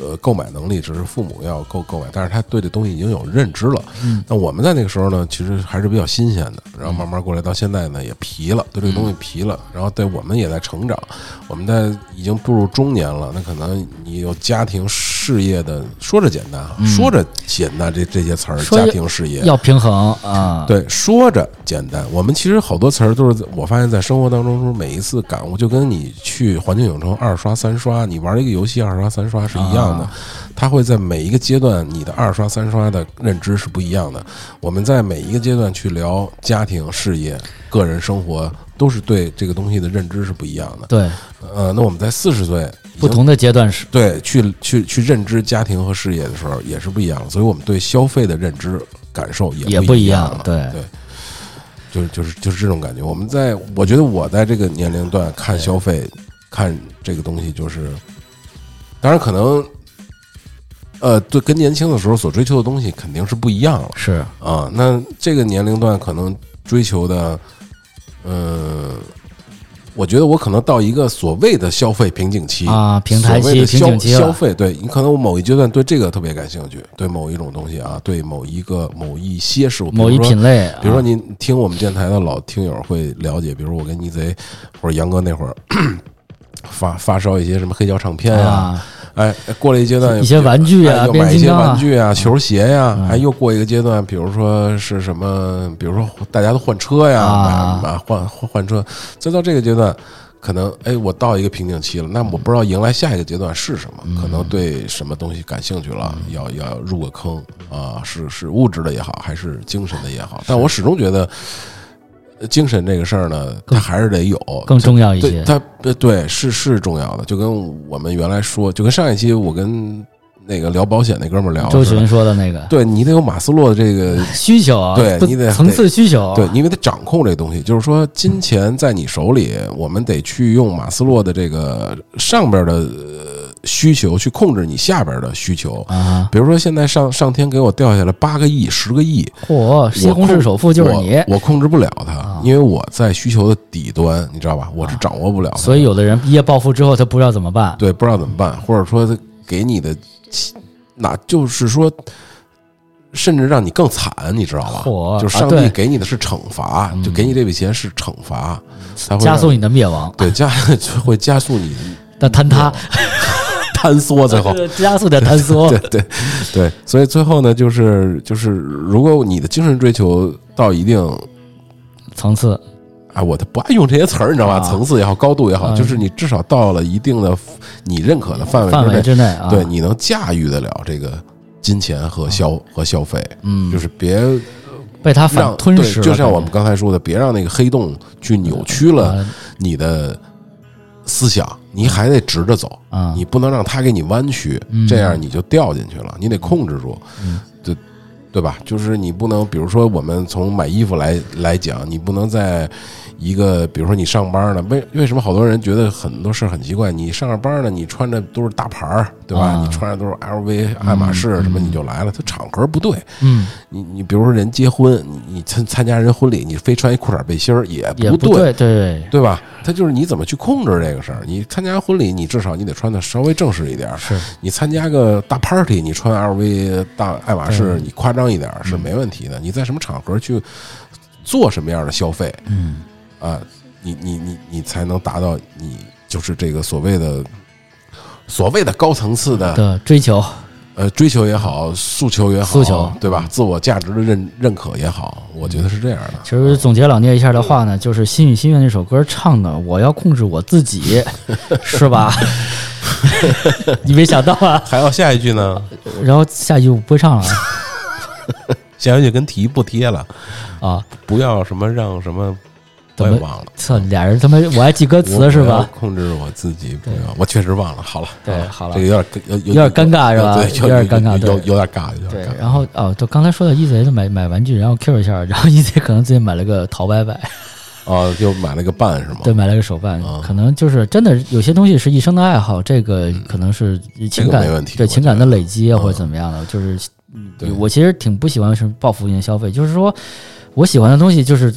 A: 呃购买能力，只是父母要购购买，但是他对这东西已经有认知了。
B: 嗯，
A: 那我们在那个时候呢，其实还是比较新鲜的，然后慢慢过来到现在呢，也皮了，对这个东
B: 嗯
A: 西皮了，然后对我们也在成长，我们在已经步入中年了，那可能你有家庭事业的，说着简单，
B: 嗯
A: 说着简单这这些词儿，家庭事业
B: 要平衡啊，
A: 对，说着简单，我们其实好多词儿都是我发现在生活当中，每一次感悟就跟你去环球影城。成二刷、三刷。你玩一个游戏，二刷、三刷是一样的，它会在每一个阶段，你的二刷、三刷的认知是不一样的。我们在每一个阶段去聊家庭、事业、个人生活，都是对这个东西的认知是不一样的。
B: 对，
A: 呃，那我们在四十岁已经
B: 不同的阶段是
A: 对去去去认知家庭和事业的时候也是不一样的，所以我们对消费的认知感受
B: 也
A: 也
B: 不一
A: 一
B: 样
A: 了。
B: 对
A: 对，就是就是就是这种感觉。我们在我觉得我在这个年龄段看消费看这个东西，就是当然可能呃，对，跟年轻的时候所追求的东西肯定是不一样了。
B: 是
A: 啊，那这个年龄段可能追求的，嗯，我觉得我可能到一个所谓的消费瓶颈期
B: 啊平台
A: 所谓的
B: 期
A: 消
B: 瓶颈期了
A: 消费，对你可能我某一阶段对这个特别感兴趣，对某一种东西啊，对某一个某一些事物，比
B: 某一
A: 如说
B: 品类，
A: 比如说
B: 啊
A: 您听我们电台的老听友会了解，比如我跟逆贼或者杨哥那会儿 <coughs> 发发烧一些什么黑胶唱片呀、
B: 啊，
A: 哎，过了一阶段，
B: 一些玩具啊
A: 哎又
B: 变
A: 买一
B: 形金
A: 些
B: 刚啊
A: 玩具啊，球鞋呀、
B: 嗯
A: 哎，又过一个阶段，比如说是什么，比如说大家都换车呀，
B: 啊
A: 买买换换换车，再到这个阶段，可能哎，我到一个瓶颈期了，那我不知道迎来下一个阶段是什么，
B: 嗯
A: 可能对什么东西感兴趣了，要要入个坑啊，是是物质的也好，还是精神的也好，但我始终觉得。呃精神这个事儿呢，它还是得有，
B: 更重要一
A: 对
B: 些。
A: 它呃对是是重要的，就跟我们原来说，就跟上一期我跟那个聊保险那哥们儿聊
B: 周
A: 似的
B: 群说的那个
A: 对你得有马斯洛的这
B: <laughs>
A: 个，
B: 需求啊，
A: 对
B: 不
A: 你得
B: 层次需求啊，
A: 对，你得掌控这个东西，就是说金钱在你手里，我们得去用马斯洛的这个上边的呃需求去控制你下边的需求。
B: 啊，
A: 比如说，现在上上天给我掉下来八个亿、十个亿，
B: 嚯，西红柿首富就是你啊
A: 我，，我控制不了它，因为我在需求的底端，你知道吧？我是掌握不了它的。
B: 所以有的人一夜暴富之后，他不知道怎么办。
A: 对，不知道怎么办，或者说他给你的其，那就是说，甚至让你更惨，你知道吧？
B: 嚯
A: 就是
B: 啊
A: 上帝
B: 对嗯
A: 给你的是惩罚，就给你这笔钱是惩罚，它会
B: 加
A: 让
B: 速你的灭亡，
A: 对加 <laughs> 就会加速你
B: 但坍塌，
A: 坍缩，最后
B: <laughs> 加速的坍缩
A: 对，对对，所以最后呢，就是就是，如果你的精神追求到一定。
B: 层次
A: 哎，我都不爱用这些词儿，你知道吧？
B: 啊
A: 层次也好，高度也好，
B: 嗯
A: 就是你至少到了一定的你认可的范围
B: 范
A: 之
B: 围
A: 内，
B: 之内啊，
A: 对，你能驾驭得了这个金钱和消和消费，
B: 嗯，
A: 就是别
B: 被他反
A: 让
B: 吞
A: 对
B: 噬了，
A: 就像我
B: 感
A: 们
B: 觉
A: 刚才说的，别让那个黑洞去扭曲了
B: 啊
A: 你的思想，你还得直着走，
B: 啊
A: 你不能让它给你弯曲，
B: 嗯
A: 这样你就掉进去了，你得控制住，对对吧？就是你不能，比如说我们从买衣服来来讲，你不能在一个，比如说你上班呢，为为什么好多人觉得很多事儿很奇怪？你上着班呢，你穿着都是大牌儿，对吧？
B: 啊
A: 你穿着都是 LV、爱马仕什么，你就来了，它场合不对。
B: 嗯
A: 你你比如说人结婚，你你参参加人婚礼，你非穿一裤衩背心儿也
B: 也
A: 不对。
B: 对，对，
A: 对吧？它就是你怎么去控制这个事儿。你参加婚礼，你至少你得穿的稍微正式一点儿；
B: 是
A: 你参加个大 party，你穿 LV、大爱马仕，你夸张一点儿
B: 嗯
A: 是没问题的。你在什么场合去做什么样的消费
B: 嗯
A: 啊？你你你你才能达到你就是这个所谓的所谓的高层次的
B: 的追求，
A: 呃追求也好，诉求也好，
B: 诉求
A: 对吧？自我价值的认认可也好，我觉得是这样的。
B: 其实总结老聂一下的话呢，就是《心与心愿》那首歌唱的，我要控制我自己，是吧？ <laughs> 你没想到啊？
A: 还有下一句呢？
B: 然后下一句我不会唱了啊
A: 下一句跟题不贴了。
B: 啊！
A: 不要什么让什么，
B: 怎
A: 我
B: 么
A: 也忘了。
B: 操，俩人他妈我还记歌
A: 我
B: 词是
A: 我要
B: 吧？
A: 控制我自己，不要，我确实忘了。好了，
B: 对
A: 啊
B: 好了
A: 这个有点有有
B: 有点尴尬是吧
A: 对，
B: 有点尴
A: 有
B: 尬
A: 有有
B: 对
A: 有点尬，有
B: 对
A: 点，尬。
B: 然后哦，就刚才说到 e Z 买买玩具，然后 Q 一下，然后 e Z 可能最近买了个淘白白，
A: 啊，又买了个伴是吗？
B: 对，买了个手办
A: 啊，
B: 可能就是真的有些东西是一生的爱好，这个可能是情感
A: 嗯没问题
B: 对
A: 我觉得
B: 情感的累积啊，
A: 嗯
B: 或者怎么样的，就是
A: 对
B: 我其实挺不喜欢是报复性消费，就是说我喜欢的东西就是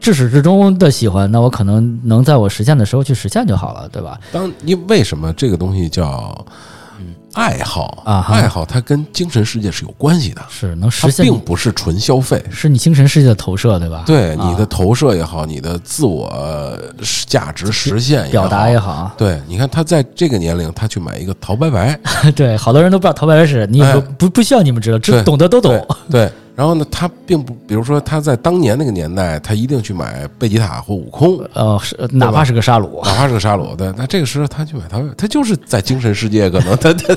B: 至始至终的喜欢，那我可能能在我实现的时候去实现就好了，对吧？
A: 当你为什么这个东西叫爱好
B: 嗯啊哈
A: 爱好它跟精神世界是有关系的，
B: 是能
A: 它
B: 实现，
A: 并不是纯消费。
B: 是你精神世界的投射，对吧？
A: 对
B: 啊
A: 你的投射也好，你的自我呃价值实现
B: 表达也，好 <laughs> 啊，
A: 对，你看他在这个年龄，他去买一个陶白白，
B: 对，好多人都不知道淘白白是，你也不
A: 哎
B: 不不需要你们知道，
A: 对
B: 只懂得都懂，
A: 对，对然然后呢，他并不，比如说他在当年那个年代，他一定去买贝吉塔或悟空，
B: 呃，是哪怕是个
A: <laughs>
B: 沙鲁，
A: 哪怕是个沙鲁，对，那这个时候他去买他，他就是在精神世界，可能
B: <laughs>
A: 他他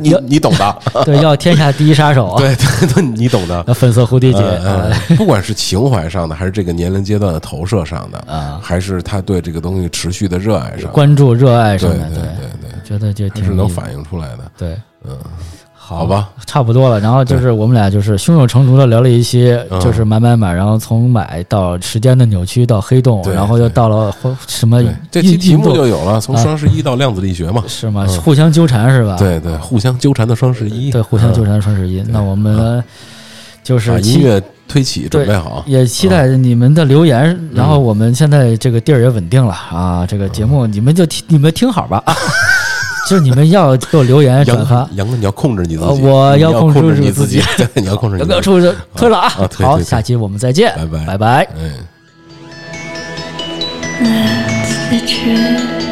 A: 你你懂的，
B: 对，要天下第一杀手啊，
A: 对对对，你懂的。
B: 那粉色蝴蝶结呃
A: 嗯
B: 啊
A: 嗯，不管是情怀上的，还是这个年龄阶段的投射上的，
B: 啊，
A: 还是他对这个东西持续的热爱上的，
B: 关注、热爱什
A: 对
B: 么
A: 对
B: 的，
A: 对
B: 对，
A: 对，
B: 觉得就
A: 他
B: 挺
A: 是
B: 有
A: 能
B: 意思
A: 反映出来的。
B: 对，
A: 嗯，
B: 好
A: 好吧，
B: 差不多了。然后就是我们俩就是胸有成竹的聊了一些，
A: 嗯
B: 就是买买买，然后从买到时间的扭曲到黑洞，
A: 对
B: 然后又到了或什么
A: 对，这期
B: 呃运
A: 题
B: 运
A: 目
B: 动
A: 就有了，从
B: 啊
A: 双十一到量子力学嘛，
B: 是吗？互相纠缠是吧？
A: 对对，互相纠缠的双十一，
B: 对，互相纠
A: 嗯，
B: 缠双十一。那我们就是
A: 把啊
B: 期
A: 音乐推起，准备
B: 对
A: 好，啊
B: 也期待你们的留言。然后我们现在这个地儿也稳定了啊，这个节目你们就听，你们听好吧 <laughs> 啊，就是你们要给我留言转
A: 杨
B: 发
A: <laughs> 哥，，杨哥，你要控制你自
B: 呃
A: 己，
B: 我
A: 你
B: 要
A: 要
B: 控制
A: 制
B: 住
A: 你
B: 自
A: 己， <laughs> 对，你要
B: <laughs>
A: 控制你
B: 有
A: 自
B: 没有
A: 己，
B: 出就推了啊
A: 啊？推
B: 好，
A: 推推
B: 下期我们再见，
A: 拜拜
B: 拜拜。
A: 嗯。
C: That's the truth.